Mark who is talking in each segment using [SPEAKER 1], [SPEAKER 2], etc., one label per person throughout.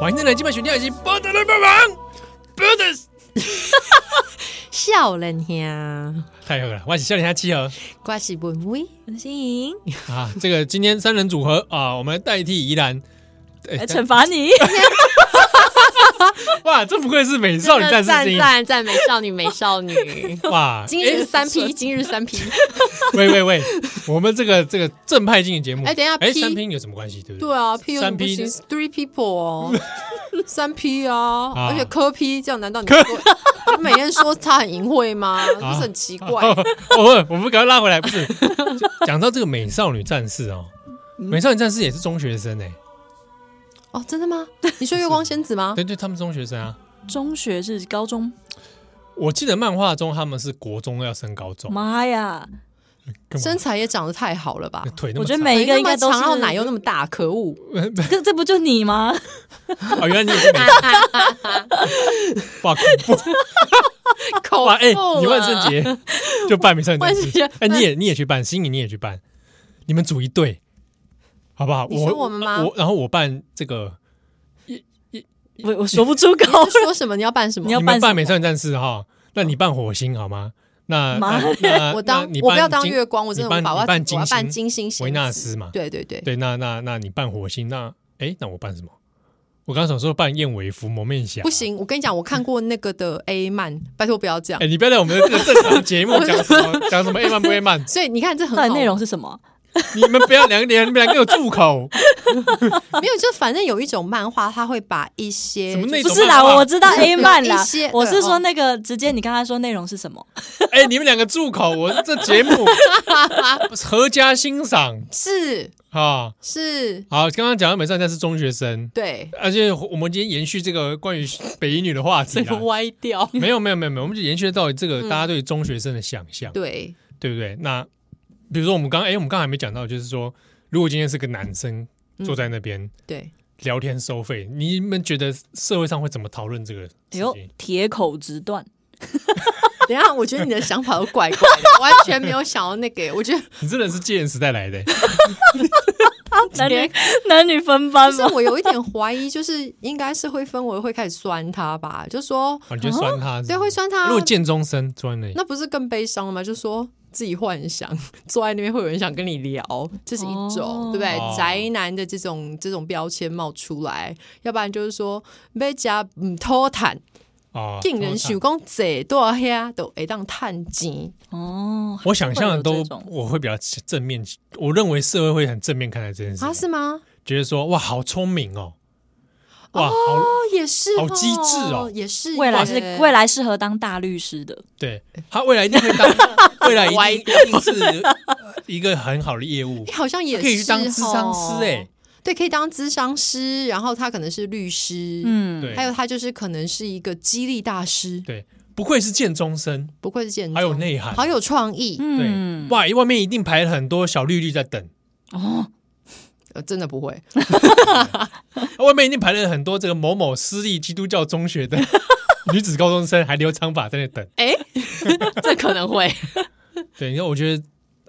[SPEAKER 1] 欢迎再来今晚选听的是《波特乱帮忙》，Brothers，
[SPEAKER 2] 笑人兄，
[SPEAKER 1] 太好了，我是笑脸下七和
[SPEAKER 2] 我是文威，文心莹，
[SPEAKER 1] 啊，这个今天三人组合啊，我们代替宜兰。哎
[SPEAKER 3] 来惩罚你，
[SPEAKER 1] 哇，这不愧是美少女战士精
[SPEAKER 2] 赞赞
[SPEAKER 1] 英
[SPEAKER 2] 赞美少女美少女，
[SPEAKER 1] 哇！
[SPEAKER 2] 今日
[SPEAKER 1] 哎
[SPEAKER 2] 三 P，今日三 P，
[SPEAKER 1] 喂喂喂，我们这个这个正派经营节目，
[SPEAKER 2] 哎等一下
[SPEAKER 1] 哎，
[SPEAKER 2] P
[SPEAKER 1] 三 P 有什么关系？对不对？
[SPEAKER 4] 对啊，P 有什
[SPEAKER 1] 三
[SPEAKER 4] 么不
[SPEAKER 1] P
[SPEAKER 4] 行？Three people 哦，三 P 啊，而且科 P 这样，难道你
[SPEAKER 1] 科
[SPEAKER 4] 不你每天说他很淫秽吗？不是很奇怪？
[SPEAKER 1] 哦， 我我们赶快拉回来，不是就讲到这个美少女战士哦，
[SPEAKER 2] 嗯
[SPEAKER 1] 美少女战士也是中学生
[SPEAKER 2] 啊
[SPEAKER 1] 哎，
[SPEAKER 4] 哦，真的吗？你说月光仙子 吗？
[SPEAKER 1] 对对，他们中学生啊。
[SPEAKER 3] 中学是高中，
[SPEAKER 1] 我记得漫画中他们是国中要升高中，
[SPEAKER 3] 妈呀！
[SPEAKER 1] 干嘛
[SPEAKER 4] 身材也长得太好了吧？
[SPEAKER 1] 腿那
[SPEAKER 3] 我
[SPEAKER 1] 么
[SPEAKER 3] 觉得
[SPEAKER 1] 长
[SPEAKER 2] 哎
[SPEAKER 3] 每一个应该都
[SPEAKER 4] 长
[SPEAKER 3] 是
[SPEAKER 4] 到奶又那么大，可恶！
[SPEAKER 3] 这这不就你吗？
[SPEAKER 1] 哦，原来你也是
[SPEAKER 4] 啊
[SPEAKER 1] 美，哇恐 怖
[SPEAKER 4] 口
[SPEAKER 1] 哇！哎，
[SPEAKER 4] 臭
[SPEAKER 1] 你万
[SPEAKER 4] 了
[SPEAKER 1] 圣节就办美少女 战
[SPEAKER 4] 啊万圣
[SPEAKER 1] 士
[SPEAKER 4] 节，
[SPEAKER 1] 哎，你也你也去办，心仪你也去办，你们组一队好不好？
[SPEAKER 4] 你说我们吗
[SPEAKER 1] 我然后我办这个，
[SPEAKER 3] 我我说不出口，
[SPEAKER 4] 你是说什么？你要办什么
[SPEAKER 3] 你？要
[SPEAKER 1] 你
[SPEAKER 3] 办
[SPEAKER 1] 们
[SPEAKER 3] 什么
[SPEAKER 1] 办美少女战士哈，那你办火星好吗？那
[SPEAKER 3] 妈
[SPEAKER 1] 那呃那
[SPEAKER 4] 我
[SPEAKER 1] 那
[SPEAKER 4] 当
[SPEAKER 1] 你
[SPEAKER 4] 我不
[SPEAKER 1] 办
[SPEAKER 4] 要当
[SPEAKER 1] 金
[SPEAKER 4] 月光，我真的
[SPEAKER 1] 你办
[SPEAKER 4] 无法，我要
[SPEAKER 1] 你办
[SPEAKER 4] 我要
[SPEAKER 1] 金
[SPEAKER 4] 办金星仙
[SPEAKER 1] 维纳
[SPEAKER 4] 子。
[SPEAKER 1] 斯嘛？
[SPEAKER 4] 对对对，
[SPEAKER 1] 对，啊那那那你办火星，那哎，那我办什么？我刚刚想说办燕尾服、蒙面侠，
[SPEAKER 4] 不。行，我啊跟你讲，我看过那个的 A 漫，拜托不要这样
[SPEAKER 1] 哎、。你不要在我们的这个正常节目讲什 么讲什么 A 慢不 A 慢，
[SPEAKER 4] 所以你看，这很
[SPEAKER 3] 到
[SPEAKER 4] 好
[SPEAKER 3] 底内容是什么？
[SPEAKER 1] 你们不要两个人，你们两个有住口，
[SPEAKER 4] 没有，就反正有一种漫画，它会把一些
[SPEAKER 1] 什么内
[SPEAKER 3] 不
[SPEAKER 1] 容
[SPEAKER 3] 是啦，
[SPEAKER 1] 漫画
[SPEAKER 3] 我知道 A 漫
[SPEAKER 4] 有
[SPEAKER 3] 啦
[SPEAKER 4] 一些，
[SPEAKER 3] 我是
[SPEAKER 4] 对
[SPEAKER 3] 说
[SPEAKER 4] 哦
[SPEAKER 3] 那个直接你刚才说内容是什么？
[SPEAKER 1] 哎、你们两个住口，我这节目合家欣赏
[SPEAKER 4] 是
[SPEAKER 1] 啊。
[SPEAKER 4] 是，
[SPEAKER 1] 好，刚刚讲到美少女战士中学生，
[SPEAKER 4] 对，
[SPEAKER 1] 而且我们今天延续这个关于北一女的话题
[SPEAKER 2] 整个
[SPEAKER 1] 啊。
[SPEAKER 2] 歪掉。
[SPEAKER 1] 没有没有没有没有，我们就延续到这个大家对中学生的想象，
[SPEAKER 4] 对，
[SPEAKER 1] 对不对？那比如说我们刚哎、我们刚才还没讲到，就是说如果今天是个男生坐在那边、
[SPEAKER 4] 对，
[SPEAKER 1] 聊天收费，你们觉得社会上会怎么讨论这个事
[SPEAKER 3] 哎呦
[SPEAKER 1] 情？，
[SPEAKER 3] 铁口直断，
[SPEAKER 4] 等一下，我觉得你的想法都怪怪的，完全没有想到那个。我觉得
[SPEAKER 1] 你真的是戒严时代来的、
[SPEAKER 3] 男女男女分班
[SPEAKER 4] 就是
[SPEAKER 3] 吗？
[SPEAKER 4] 我有一点怀疑，就是应该是会氛围会开始酸他吧，就说
[SPEAKER 1] 哦，你觉得酸他是不是
[SPEAKER 4] 对会酸啊他
[SPEAKER 1] 如果见中生坐在那里，
[SPEAKER 4] 那不是更悲伤了吗？就说自己幻想坐在那边会有人想跟你聊，这是一种，
[SPEAKER 3] 哦
[SPEAKER 4] 对不对
[SPEAKER 1] 哦？
[SPEAKER 4] 宅男的这种这种标签冒出来，要不然就是说被家嗯偷谈，
[SPEAKER 1] 啊，
[SPEAKER 4] 令人想讲这多遐都会当探钱。
[SPEAKER 3] 哦，
[SPEAKER 1] 我想象的
[SPEAKER 3] 会
[SPEAKER 1] 都
[SPEAKER 3] 有这种
[SPEAKER 1] 我会比较正面，我认为社会会很正面看待这件事
[SPEAKER 4] 啊，
[SPEAKER 1] 情，
[SPEAKER 4] 是吗？
[SPEAKER 1] 觉得说哇，好聪明哦，哇，好
[SPEAKER 4] 哦，也是哦，
[SPEAKER 1] 好机智哦
[SPEAKER 4] 也是耶。
[SPEAKER 3] 未来是未来适合当大律师的，
[SPEAKER 1] 对，他未来一定会当，未来一定一定是一个很好的业务
[SPEAKER 4] 诶，好像 也
[SPEAKER 1] 可
[SPEAKER 4] 是
[SPEAKER 1] 以去当智商
[SPEAKER 4] 哦
[SPEAKER 1] 师哎，
[SPEAKER 4] 对，可以当咨商师，然后他可能是律师，嗯，
[SPEAKER 3] 嗯，
[SPEAKER 1] 对
[SPEAKER 4] 还有他就是可能是一个激励大师，
[SPEAKER 1] 对，不愧是见中生，
[SPEAKER 4] 不愧是建
[SPEAKER 1] 还有
[SPEAKER 4] 中
[SPEAKER 1] 内涵
[SPEAKER 4] 好有创意，
[SPEAKER 1] 对，
[SPEAKER 3] 嗯，
[SPEAKER 1] 哇，外面一定排了很多小绿绿在等，
[SPEAKER 3] 哦，
[SPEAKER 4] 呃，真的不 会，
[SPEAKER 1] 外面一定排了很多这个某某私立基督教中学的女子高中生，还留长发在那等。
[SPEAKER 4] 哎， 这可能会，
[SPEAKER 1] 对，因为我觉得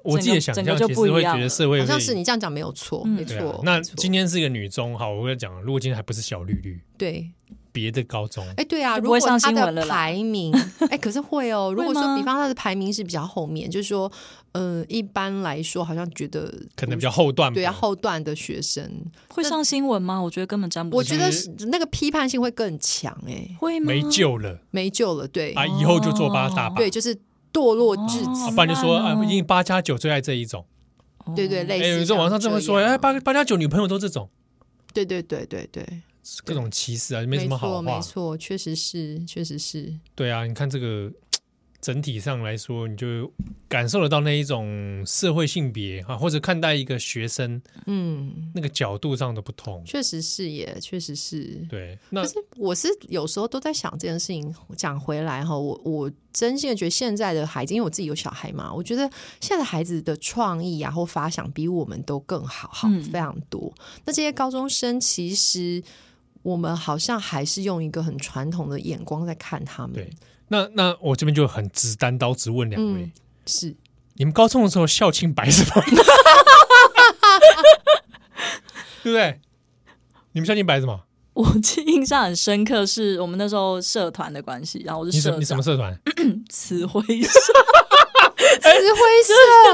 [SPEAKER 1] 我自己的想象
[SPEAKER 3] 整个
[SPEAKER 1] 其
[SPEAKER 3] 就
[SPEAKER 1] 实
[SPEAKER 3] 不一
[SPEAKER 1] 会
[SPEAKER 3] 样
[SPEAKER 1] 觉得社会
[SPEAKER 4] 好像
[SPEAKER 1] 会
[SPEAKER 4] 是你这样讲没有错，
[SPEAKER 3] 嗯
[SPEAKER 4] 没
[SPEAKER 1] 对啊
[SPEAKER 4] 错。
[SPEAKER 1] 那
[SPEAKER 4] 没错
[SPEAKER 1] 今天是一个女中，好，我跟你讲，如果今天还不是小绿绿，
[SPEAKER 4] 对，
[SPEAKER 1] 别的高中，
[SPEAKER 4] 哎，对啊，
[SPEAKER 3] 就
[SPEAKER 4] 如
[SPEAKER 3] 不会
[SPEAKER 4] 果
[SPEAKER 3] 上
[SPEAKER 4] 他
[SPEAKER 3] 新闻了
[SPEAKER 4] 的
[SPEAKER 3] 啦
[SPEAKER 4] 排 名，哎，可是会哦。如
[SPEAKER 3] 会
[SPEAKER 4] 果说，
[SPEAKER 3] 吗
[SPEAKER 4] 比方他的排名是比较后面，就是说，呃，一般来说好像觉得
[SPEAKER 1] 可能比较后段吧，
[SPEAKER 4] 对啊后段的学生，
[SPEAKER 3] 会上新闻吗？我觉得根本沾不
[SPEAKER 4] 我
[SPEAKER 3] 上，
[SPEAKER 4] 觉得是那个批判性会更强，哎，
[SPEAKER 3] 会吗？
[SPEAKER 1] 没救了
[SPEAKER 4] 没救了，对，
[SPEAKER 1] 啊，以后就做八大吧，
[SPEAKER 4] 哎对，就是堕落至
[SPEAKER 3] 哦
[SPEAKER 4] 此，
[SPEAKER 1] 啊，不然就说
[SPEAKER 3] 好
[SPEAKER 1] 啊
[SPEAKER 3] 烂，哦
[SPEAKER 1] 一定八加九最爱这一种，
[SPEAKER 3] 哦
[SPEAKER 4] 对对，类
[SPEAKER 1] 哎，
[SPEAKER 4] 似啊
[SPEAKER 1] 有
[SPEAKER 4] 像这
[SPEAKER 1] 时候网上就会说，
[SPEAKER 4] 样
[SPEAKER 1] 哎，八八加九女朋友都这种，
[SPEAKER 4] 对对对对对，
[SPEAKER 1] 各种歧视啊，没什么好
[SPEAKER 4] 错没
[SPEAKER 1] 话，
[SPEAKER 4] 错，确实是，确实是，
[SPEAKER 1] 对啊，你看这个整体上来说，你就感受得到那一种社会性别啊，或者看待一个学生
[SPEAKER 4] 嗯，
[SPEAKER 1] 那个角度上的不同。
[SPEAKER 4] 确实是也，确实是。
[SPEAKER 1] 对，那
[SPEAKER 4] 可是我是有时候都在想这件事情。讲回来哈，我我真心的觉得现在的孩子，因为我自己有小孩嘛，我觉得现在的孩子的创意啊或发想比我们都更好，好
[SPEAKER 3] 嗯
[SPEAKER 4] 非常多。那这些高中生其实。我们好像还是用一个很传统的眼光在看他们
[SPEAKER 1] 对，那那我这边就很直单刀直问两位，
[SPEAKER 4] 嗯是
[SPEAKER 1] 你们高中的时候校庆摆什 么？对不对？你们校庆摆什么？
[SPEAKER 3] 我记印象很深刻，是我们那时候社团的关系，然后我
[SPEAKER 1] 你
[SPEAKER 3] 是
[SPEAKER 1] 什
[SPEAKER 3] 社
[SPEAKER 1] 你什么
[SPEAKER 3] 长，
[SPEAKER 1] 社团？
[SPEAKER 3] 词汇社，
[SPEAKER 4] 紫灰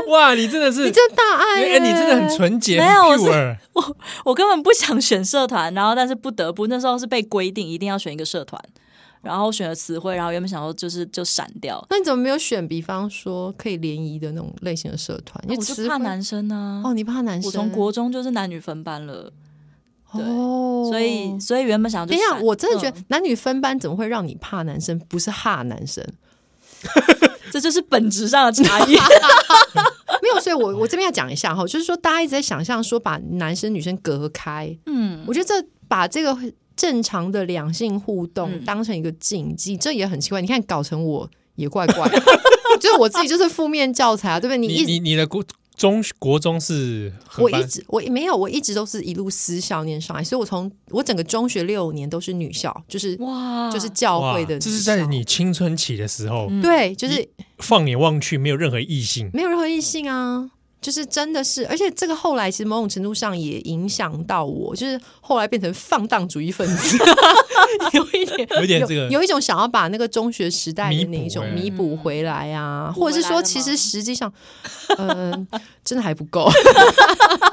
[SPEAKER 4] 色，
[SPEAKER 1] 哇，你真的是
[SPEAKER 4] 你，真大爱
[SPEAKER 1] 哎、
[SPEAKER 4] 耶，
[SPEAKER 1] 你真的很纯洁，
[SPEAKER 3] 没有
[SPEAKER 1] 很
[SPEAKER 3] 我是
[SPEAKER 1] pure。
[SPEAKER 3] 我根本不想选社团，然后但是不得不，那时候是被规定一定要选一个社团，然后选了词汇，然后原本想说就是就闪掉，
[SPEAKER 4] 那你怎么没有选？比方说可以联谊的那种类型的社团，因
[SPEAKER 3] 我
[SPEAKER 4] 为
[SPEAKER 3] 就
[SPEAKER 4] 词
[SPEAKER 3] 怕
[SPEAKER 4] 汇
[SPEAKER 3] 男生啊，
[SPEAKER 4] 哦，你怕男生？
[SPEAKER 3] 我从国中就是男女分班了，对
[SPEAKER 4] 哦，
[SPEAKER 3] 所以所以原本想就
[SPEAKER 4] 等一下，
[SPEAKER 3] 闪
[SPEAKER 4] 我真的觉
[SPEAKER 3] 嗯
[SPEAKER 4] 得男女分班怎么会让你怕男生，不是怕男 生？
[SPEAKER 3] 这就是本质上的 差异。
[SPEAKER 4] 没有，所以我我这边要讲一下哈，就是说大家一直在想象说把男生女生隔开，
[SPEAKER 3] 嗯，
[SPEAKER 4] 我觉得这把这个正常的两性互动
[SPEAKER 3] 嗯
[SPEAKER 4] 当成一个禁忌，这也很奇怪。你看搞成我也怪 怪的，就是我自己就是负面教材啊，对不对？你
[SPEAKER 1] 你
[SPEAKER 4] 一直
[SPEAKER 1] 你你的国中国中是合
[SPEAKER 4] 我
[SPEAKER 1] 班
[SPEAKER 4] 一直我没有，我一直都是一路私校念上来，所以我从我整个中学六年都是女校，就是
[SPEAKER 3] 哇，
[SPEAKER 4] 就是教会的
[SPEAKER 1] 哇
[SPEAKER 4] 女
[SPEAKER 1] 这
[SPEAKER 4] 校，
[SPEAKER 1] 是在你青春期的时候，
[SPEAKER 3] 嗯
[SPEAKER 4] 对，就是
[SPEAKER 1] 放眼望去没有任何异性。
[SPEAKER 4] 没有任何异性啊，就是真的是，而且这个后来其实某种程度上也影响到我，就是后来变成放荡主义分子， 有一点。
[SPEAKER 1] 有点这个
[SPEAKER 4] 有有一种想要把那个中学时代的那一种
[SPEAKER 1] 弥
[SPEAKER 4] 弥补回来啊，
[SPEAKER 3] 嗯
[SPEAKER 4] 或者是
[SPEAKER 3] 补回来了
[SPEAKER 4] 说，
[SPEAKER 3] 吗
[SPEAKER 4] 其实实际上，嗯、真的还不够。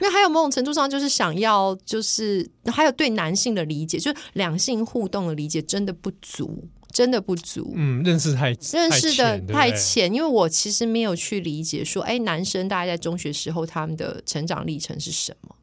[SPEAKER 4] 那还有某种程度上就是想要，就是还有对男性的理解，就是两性互动的理解真的不足，真的不足。
[SPEAKER 1] 嗯，认识太
[SPEAKER 4] 认识的
[SPEAKER 1] 浅对不
[SPEAKER 4] 太
[SPEAKER 1] 对
[SPEAKER 4] 浅，因为我其实没有去理解说，哎，男生大概在中学时候他们的成长历程是什么。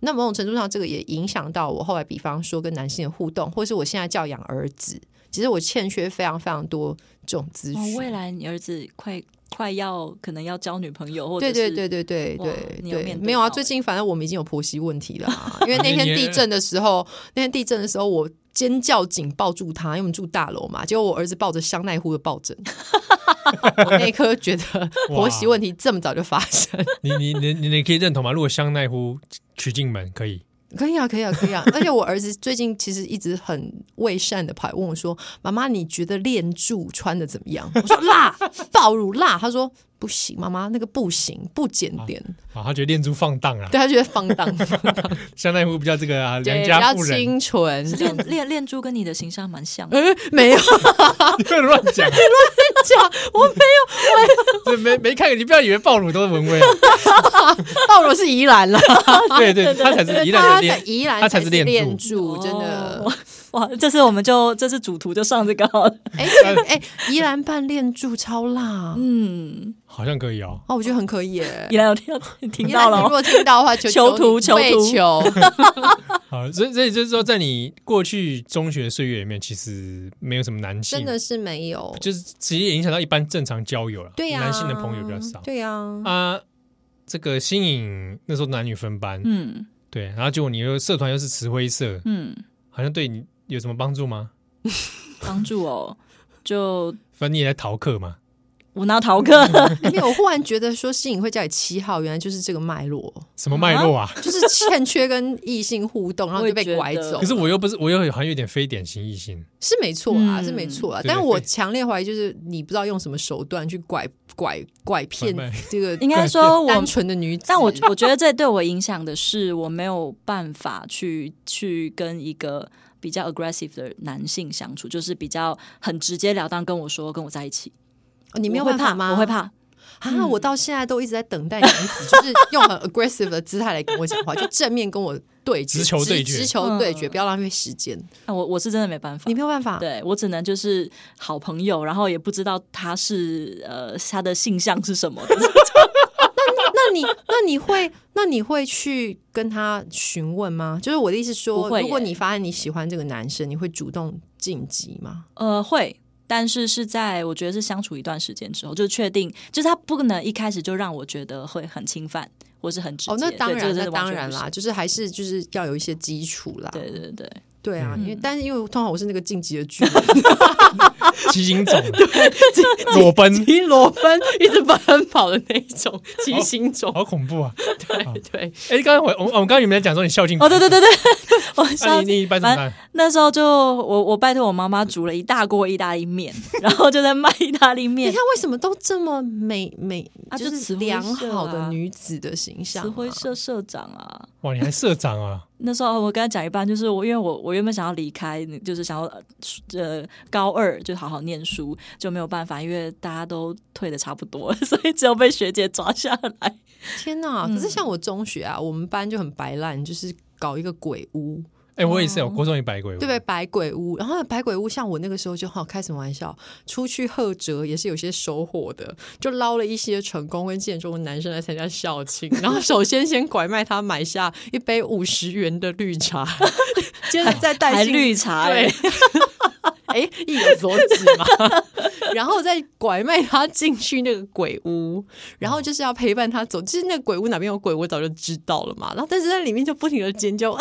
[SPEAKER 4] 那某种程度上，这个也影响到我后来，比方说跟男性的互动，或是我现在教养儿子，其实我欠缺非常非常多这种资
[SPEAKER 3] 哇未
[SPEAKER 4] 讯。
[SPEAKER 3] 来你儿子快快要可能要交女朋友，或者
[SPEAKER 4] 对
[SPEAKER 3] 是
[SPEAKER 4] 对对对对
[SPEAKER 3] 哇
[SPEAKER 4] 对
[SPEAKER 3] 你有
[SPEAKER 4] 对，
[SPEAKER 3] 面对
[SPEAKER 4] 没有啊！
[SPEAKER 3] 到
[SPEAKER 4] 最近反正我们已经有婆媳问题了 啊、因为那
[SPEAKER 1] 你
[SPEAKER 4] 天
[SPEAKER 1] 也
[SPEAKER 4] 地震的时候，那天地震的时候，我尖叫紧抱住他，因为我们住大楼嘛，结果我儿子抱着香奈乎的抱 枕，我那一刻觉得婆媳问题这么早就发生，
[SPEAKER 1] 你你你你你可以认同吗？如果香奈乎曲靖门可以，
[SPEAKER 4] 可以啊，可以啊，可以啊！而且我儿子最近其实一直很未善的跑来问我说：“妈妈，你觉得练柱穿的怎么样？”我说：“辣， 爆乳辣。”他说：“不行，妈妈那个不行，不检点。
[SPEAKER 1] 啊，他觉得恋珠放荡啊，
[SPEAKER 4] 对他觉得放荡，
[SPEAKER 1] 香奈乎比较这个啊，
[SPEAKER 4] 对，
[SPEAKER 1] 良
[SPEAKER 4] 比
[SPEAKER 1] 家
[SPEAKER 4] 较
[SPEAKER 1] 妇人，
[SPEAKER 4] 清纯。
[SPEAKER 3] 练练练珠跟你的形象蛮像的，
[SPEAKER 4] 呃，没有
[SPEAKER 1] 你不要 乱讲，啊
[SPEAKER 4] 讲，我没
[SPEAKER 1] 这没没看，你不要以为暴乳都是 文威啊，
[SPEAKER 4] 爆乳是宜兰啦，
[SPEAKER 1] 对对，他才是一代
[SPEAKER 4] 他
[SPEAKER 1] 的
[SPEAKER 4] 在
[SPEAKER 1] 恋，
[SPEAKER 4] 宜兰
[SPEAKER 1] 他才是
[SPEAKER 4] 是
[SPEAKER 1] 练
[SPEAKER 4] 练
[SPEAKER 3] 哦
[SPEAKER 4] 柱，真的。
[SPEAKER 3] 哇！这次我们就这次主图就上这个好了，
[SPEAKER 4] 哎哎，宜兰办练柱超辣
[SPEAKER 3] 嗯，
[SPEAKER 1] 好像可以哦。
[SPEAKER 4] 哦，我觉得很可以耶。
[SPEAKER 3] 你来有听到你听
[SPEAKER 4] 宜兰
[SPEAKER 3] 到了哦
[SPEAKER 4] 你如
[SPEAKER 3] 吗？
[SPEAKER 4] 果听到的话，求
[SPEAKER 3] 囚徒
[SPEAKER 4] 求你
[SPEAKER 3] 囚徒
[SPEAKER 4] 跪求。
[SPEAKER 1] 好，所以所以就是说，在你过去中学岁月里面，其实没有什么男性，
[SPEAKER 4] 真的是没有，
[SPEAKER 1] 就是直接影响到一般正常交友了，
[SPEAKER 4] 对呀、
[SPEAKER 1] 男性的朋友比较少
[SPEAKER 4] 对呀、
[SPEAKER 1] 啊。这个新颖那时候男女分班，
[SPEAKER 3] 嗯
[SPEAKER 1] 对，然后结果你又社团又是慈灰社，
[SPEAKER 3] 嗯，
[SPEAKER 1] 好像对你有什么帮助吗？
[SPEAKER 3] 帮助哦，就
[SPEAKER 1] 反正你也在逃课嘛，
[SPEAKER 3] 我拿逃课，
[SPEAKER 4] 没有。我忽然觉得说吸引会叫你七号，原来就是这个脉络，
[SPEAKER 1] 什么脉络啊？
[SPEAKER 4] 就是欠缺跟异性互动，然后就被拐走
[SPEAKER 3] 我
[SPEAKER 1] 可，是我又不是，我又好像有点非典型异性，
[SPEAKER 4] 是没错啊，
[SPEAKER 3] 嗯
[SPEAKER 4] 是没错啊。
[SPEAKER 1] 对
[SPEAKER 4] 但我强烈怀疑，就是你不知道用什么手段去拐拐拐骗
[SPEAKER 1] 拐卖
[SPEAKER 4] 这个
[SPEAKER 3] 应该说我
[SPEAKER 4] 单纯的女子。
[SPEAKER 3] 但我我觉得这对我影响的是，我没有办法去去跟一个比较 aggressive 的男性相处，就是比较很直截了当跟我说跟我在一起。
[SPEAKER 4] 哦你没有
[SPEAKER 3] 我会
[SPEAKER 4] 办
[SPEAKER 3] 怕
[SPEAKER 4] 法吗？
[SPEAKER 3] 我会怕，嗯
[SPEAKER 4] 啊！我到现在都一直在等待男子，就是用很 aggressive 的姿态来跟我讲话，就正面跟我对决，
[SPEAKER 1] 直球对决
[SPEAKER 4] 直直球对决，
[SPEAKER 3] 嗯
[SPEAKER 4] 不要浪费时间。
[SPEAKER 3] 那我我是真的没办法
[SPEAKER 4] 你。没有办法，
[SPEAKER 3] 对我只能就是好朋友，然后也不知道他是呃他的性向是什么的，
[SPEAKER 4] 那你那你会那你会去跟他询问吗？就是我的意思是说
[SPEAKER 3] 不，会耶
[SPEAKER 4] 如果你发现你喜欢这个男生，你会主动晋级吗？
[SPEAKER 3] 呃会，但是是在我觉得是相处一段时间之后，就确定就是他不可能一开始就让我觉得会很侵犯或是很直接。
[SPEAKER 4] 哦，那当
[SPEAKER 3] 对这
[SPEAKER 4] 然，
[SPEAKER 3] 个真
[SPEAKER 4] 那
[SPEAKER 3] 的
[SPEAKER 4] 当
[SPEAKER 3] 完全
[SPEAKER 4] 然
[SPEAKER 3] 不
[SPEAKER 4] 啦，
[SPEAKER 3] 行。
[SPEAKER 4] 就是还是就是要有一些基础啦。
[SPEAKER 3] 对对 对，
[SPEAKER 4] 对啊，
[SPEAKER 1] 嗯
[SPEAKER 4] 因为但是因为通常我是那个晋级的 巨人，
[SPEAKER 1] 骑行 种裸奔，
[SPEAKER 4] 一裸奔一直奔跑的那一种骑行种。
[SPEAKER 1] 好恐怖啊！
[SPEAKER 4] 对对，
[SPEAKER 1] 哎，刚刚我我我们刚刚有没有讲说你孝敬？
[SPEAKER 3] 哦，对对对对，我
[SPEAKER 1] 那
[SPEAKER 3] 上
[SPEAKER 1] 你你一般怎么办？
[SPEAKER 3] 那时候就我我拜托我妈妈煮了一大锅意大利面， 然后就在卖意大利
[SPEAKER 4] 你
[SPEAKER 3] 面
[SPEAKER 4] 看，为什么都这么美美，
[SPEAKER 3] 啊
[SPEAKER 4] 就
[SPEAKER 3] 就是慈惠
[SPEAKER 4] 良
[SPEAKER 3] 社
[SPEAKER 4] 好的
[SPEAKER 3] 啊
[SPEAKER 4] 女子的形象、
[SPEAKER 3] 石
[SPEAKER 4] 啊？
[SPEAKER 3] 灰社社长啊，
[SPEAKER 1] 哇，你还社长啊？
[SPEAKER 3] 那时候我跟他讲一半，就是我因为我我原本想要离开，就是想要呃高二就好好念书，就没有办法，因为大家都退的差不多了， 所以只有被学姐抓下来。
[SPEAKER 4] 天哪！可是像我中学啊，我们班就很白烂，就是搞一个鬼屋，
[SPEAKER 1] 哎、我也是，我国中也摆过，
[SPEAKER 4] 哦对不对？百鬼屋，然后百鬼屋，像我那个时候就好开什么玩笑，出去喝折也是有些收获的，就捞了一些成功跟建中的男生来参加校庆，然后首先先拐卖他买下一杯五十元的绿 茶，接着再 带
[SPEAKER 3] 还
[SPEAKER 4] 进
[SPEAKER 3] 绿茶、
[SPEAKER 4] 对
[SPEAKER 3] 欸，，
[SPEAKER 4] 哎，意有所指 嘛。然后再拐卖他进去那个鬼屋，然后就是要陪伴他走。就是那个鬼屋哪边有鬼，我早就知道了嘛。然后但是在里面就不停的尖叫啊，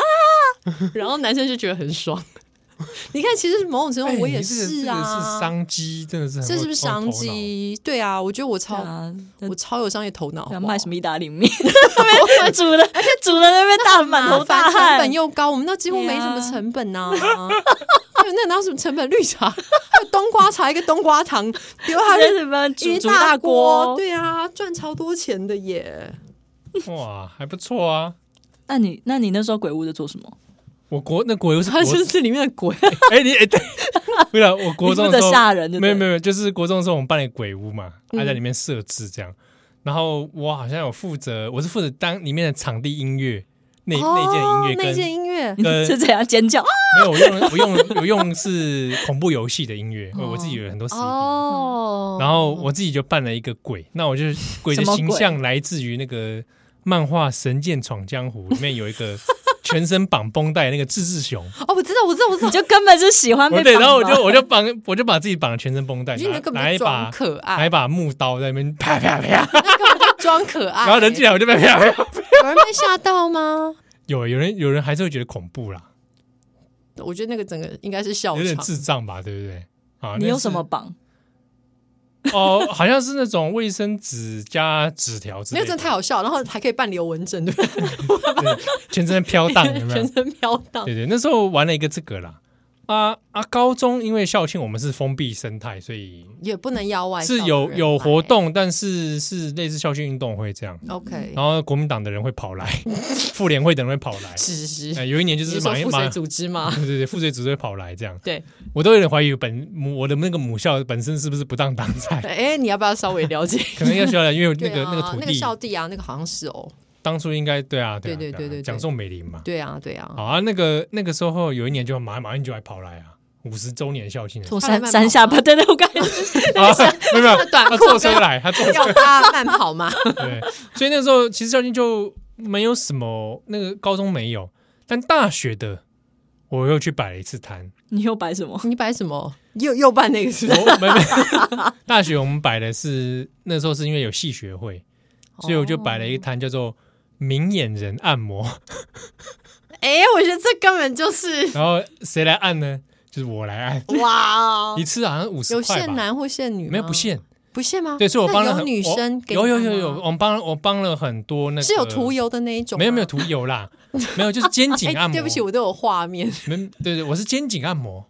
[SPEAKER 4] 然后男生就觉得很爽。你看，其实某种程
[SPEAKER 1] 哎
[SPEAKER 4] 度哦我也
[SPEAKER 1] 这个
[SPEAKER 4] 是
[SPEAKER 1] 这个是
[SPEAKER 4] 啊，
[SPEAKER 1] 商机，真的是很
[SPEAKER 4] 这是不是
[SPEAKER 1] 有头
[SPEAKER 4] 商？机？对啊，我觉得我超、
[SPEAKER 3] 对啊，那
[SPEAKER 4] 我哦超有商业头脑，
[SPEAKER 3] 要
[SPEAKER 4] 好不好
[SPEAKER 3] 卖什么意大利面？ 那边煮了，煮了那边大满头
[SPEAKER 4] 麻烦
[SPEAKER 3] 大
[SPEAKER 4] 成
[SPEAKER 3] 汗啊
[SPEAKER 4] 本。又高，我们那几乎没什么成本呐、 还有那哪有什么成本？绿茶、还有冬瓜茶，一个冬瓜糖，丢下
[SPEAKER 3] 还
[SPEAKER 4] 去
[SPEAKER 3] 是什么煮
[SPEAKER 4] 一
[SPEAKER 3] 煮大锅？
[SPEAKER 4] 对啊，赚超多钱的耶！
[SPEAKER 1] 哇，还不错啊！
[SPEAKER 3] 那你那你那时候鬼屋在做什么？
[SPEAKER 1] 我国那国又 是国
[SPEAKER 4] 他就是里面的鬼，
[SPEAKER 1] 哎、你哎、 对，为了我国中
[SPEAKER 3] 你负
[SPEAKER 1] 的
[SPEAKER 3] 责
[SPEAKER 1] 时候
[SPEAKER 3] 吓人就对
[SPEAKER 1] 没有 没有，就是国中的时候我们办了鬼屋嘛，还、在里面设置这样。然后我好像有负责，我是负责当里面的场地音乐那那
[SPEAKER 4] 哦
[SPEAKER 1] 件音乐
[SPEAKER 4] 那件音乐
[SPEAKER 1] 跟跟
[SPEAKER 3] 是怎样尖叫？啊
[SPEAKER 1] 没有我用 我用我用是恐怖游戏的音乐，我我自己有很多 CD，、
[SPEAKER 2] 哦，
[SPEAKER 1] 然后我自己就扮了一个鬼，那我就鬼的
[SPEAKER 3] 什么
[SPEAKER 1] 形
[SPEAKER 3] 鬼
[SPEAKER 1] 象来自于那个漫画《神剑闯江湖》里面有一个全身绑绷带的那个志志熊，
[SPEAKER 4] 哦，我知道，我知道，我知道
[SPEAKER 3] 你。就根本是喜欢被
[SPEAKER 1] 我对，
[SPEAKER 3] 绑
[SPEAKER 1] 然后我
[SPEAKER 3] 吧
[SPEAKER 1] 就我就绑我就把自己绑了全身绷带，
[SPEAKER 4] 我觉得你根
[SPEAKER 1] 拿
[SPEAKER 4] 本
[SPEAKER 1] 拿
[SPEAKER 4] 就
[SPEAKER 1] 一把
[SPEAKER 4] 装可
[SPEAKER 1] 拿一
[SPEAKER 4] 爱，
[SPEAKER 1] 把木刀在那边啪啪啪，
[SPEAKER 4] 装可爱。
[SPEAKER 1] 然后人进来我就啪啪啪。
[SPEAKER 4] 有人被吓到吗？
[SPEAKER 1] 有有人有人还是会觉得恐怖啦，
[SPEAKER 4] 我觉得那个整个应该是笑
[SPEAKER 1] 有点
[SPEAKER 4] 场。
[SPEAKER 1] 智障吧，对不对？啊，
[SPEAKER 3] 你
[SPEAKER 1] 那
[SPEAKER 3] 有
[SPEAKER 1] 是
[SPEAKER 3] 什么绑？
[SPEAKER 1] 哦，好像是那种卫生纸加纸条之
[SPEAKER 4] 那
[SPEAKER 1] 类的，
[SPEAKER 4] 个真的太好笑，然后还可以办刘文正，对不对？
[SPEAKER 1] 对全身飘 荡，有没有
[SPEAKER 4] 全？身飘荡。
[SPEAKER 1] 对对，那时候玩了一个这个啦。啊啊！高中因为校庆，我们是封闭生态，所以
[SPEAKER 4] 也不能邀外校的
[SPEAKER 1] 是
[SPEAKER 4] 人
[SPEAKER 1] 有有
[SPEAKER 4] 来
[SPEAKER 1] 活。动，但是是类似校庆运动会这样。
[SPEAKER 4] OK，
[SPEAKER 1] 然后国民党的人会跑 来，妇联会的人会跑来。
[SPEAKER 4] 是是
[SPEAKER 1] 哎、
[SPEAKER 4] 是，
[SPEAKER 1] 有一年就
[SPEAKER 4] 你
[SPEAKER 1] 是
[SPEAKER 4] 是说
[SPEAKER 1] 马英
[SPEAKER 4] 赋
[SPEAKER 1] 马
[SPEAKER 4] 水，组织吗？
[SPEAKER 1] 对对对，赋水组织会跑来这样。
[SPEAKER 4] 对，
[SPEAKER 1] 我都有点怀疑本母我的那个母校本身是不是不当党 产，
[SPEAKER 4] 哎，你要不要稍微了解？
[SPEAKER 1] 可能要需要因为 那
[SPEAKER 4] 对
[SPEAKER 1] 个、
[SPEAKER 4] 啊，
[SPEAKER 1] 那个土
[SPEAKER 4] 那
[SPEAKER 1] 地
[SPEAKER 4] 个校地啊，那个好像是哦。
[SPEAKER 1] 当初应该对啊对啊
[SPEAKER 4] 对对
[SPEAKER 1] 啊
[SPEAKER 4] 对对对
[SPEAKER 1] 蒋宋美龄嘛。
[SPEAKER 4] 对啊，对啊。
[SPEAKER 1] 好啊，那个那个时候有一年就马马英九还跑来啊，五十周年校庆的时候
[SPEAKER 3] 从
[SPEAKER 4] 他来
[SPEAKER 3] 山
[SPEAKER 4] 慢跑
[SPEAKER 3] 山下吧？对对，我刚才
[SPEAKER 1] 啊，没有没有，
[SPEAKER 4] 短
[SPEAKER 1] 他
[SPEAKER 4] 裤
[SPEAKER 1] 坐车
[SPEAKER 4] 跟
[SPEAKER 1] 来，他坐车
[SPEAKER 4] 要他慢跑吗？
[SPEAKER 1] 对，所以那时候其实校庆就没有什么，那个高中没有，但大学的我又去摆了一次摊。
[SPEAKER 3] 你又摆什么？
[SPEAKER 4] 你摆什么？又又办那个是不是？
[SPEAKER 1] 我没没，大学我们摆的是那时候是因为有戏学会，所以我就摆了
[SPEAKER 4] 哦
[SPEAKER 1] 一个摊叫做“明眼人按摩
[SPEAKER 4] 哎、我觉得这根本就是”，
[SPEAKER 1] 然后谁来按呢？就是我来按，
[SPEAKER 4] 哇，哦
[SPEAKER 1] 一次好像五十
[SPEAKER 4] 有
[SPEAKER 1] 块
[SPEAKER 4] 限
[SPEAKER 1] 吧。
[SPEAKER 4] 男或限女吗？啊
[SPEAKER 1] 没有不限，
[SPEAKER 4] 不限吗？
[SPEAKER 1] 对，所以我
[SPEAKER 4] 那
[SPEAKER 1] 帮了
[SPEAKER 4] 有
[SPEAKER 1] 很
[SPEAKER 4] 女
[SPEAKER 1] 我
[SPEAKER 4] 生给你
[SPEAKER 1] 有有有
[SPEAKER 4] 按吗
[SPEAKER 1] 有，我们帮了我帮了很多那个
[SPEAKER 4] 是有涂油的那一种吗，
[SPEAKER 1] 没有没有涂油啦，没有就是肩
[SPEAKER 4] 哎、
[SPEAKER 1] 颈按摩。
[SPEAKER 4] 对不起，，我都有画面，
[SPEAKER 1] 没对对，我是肩颈按摩，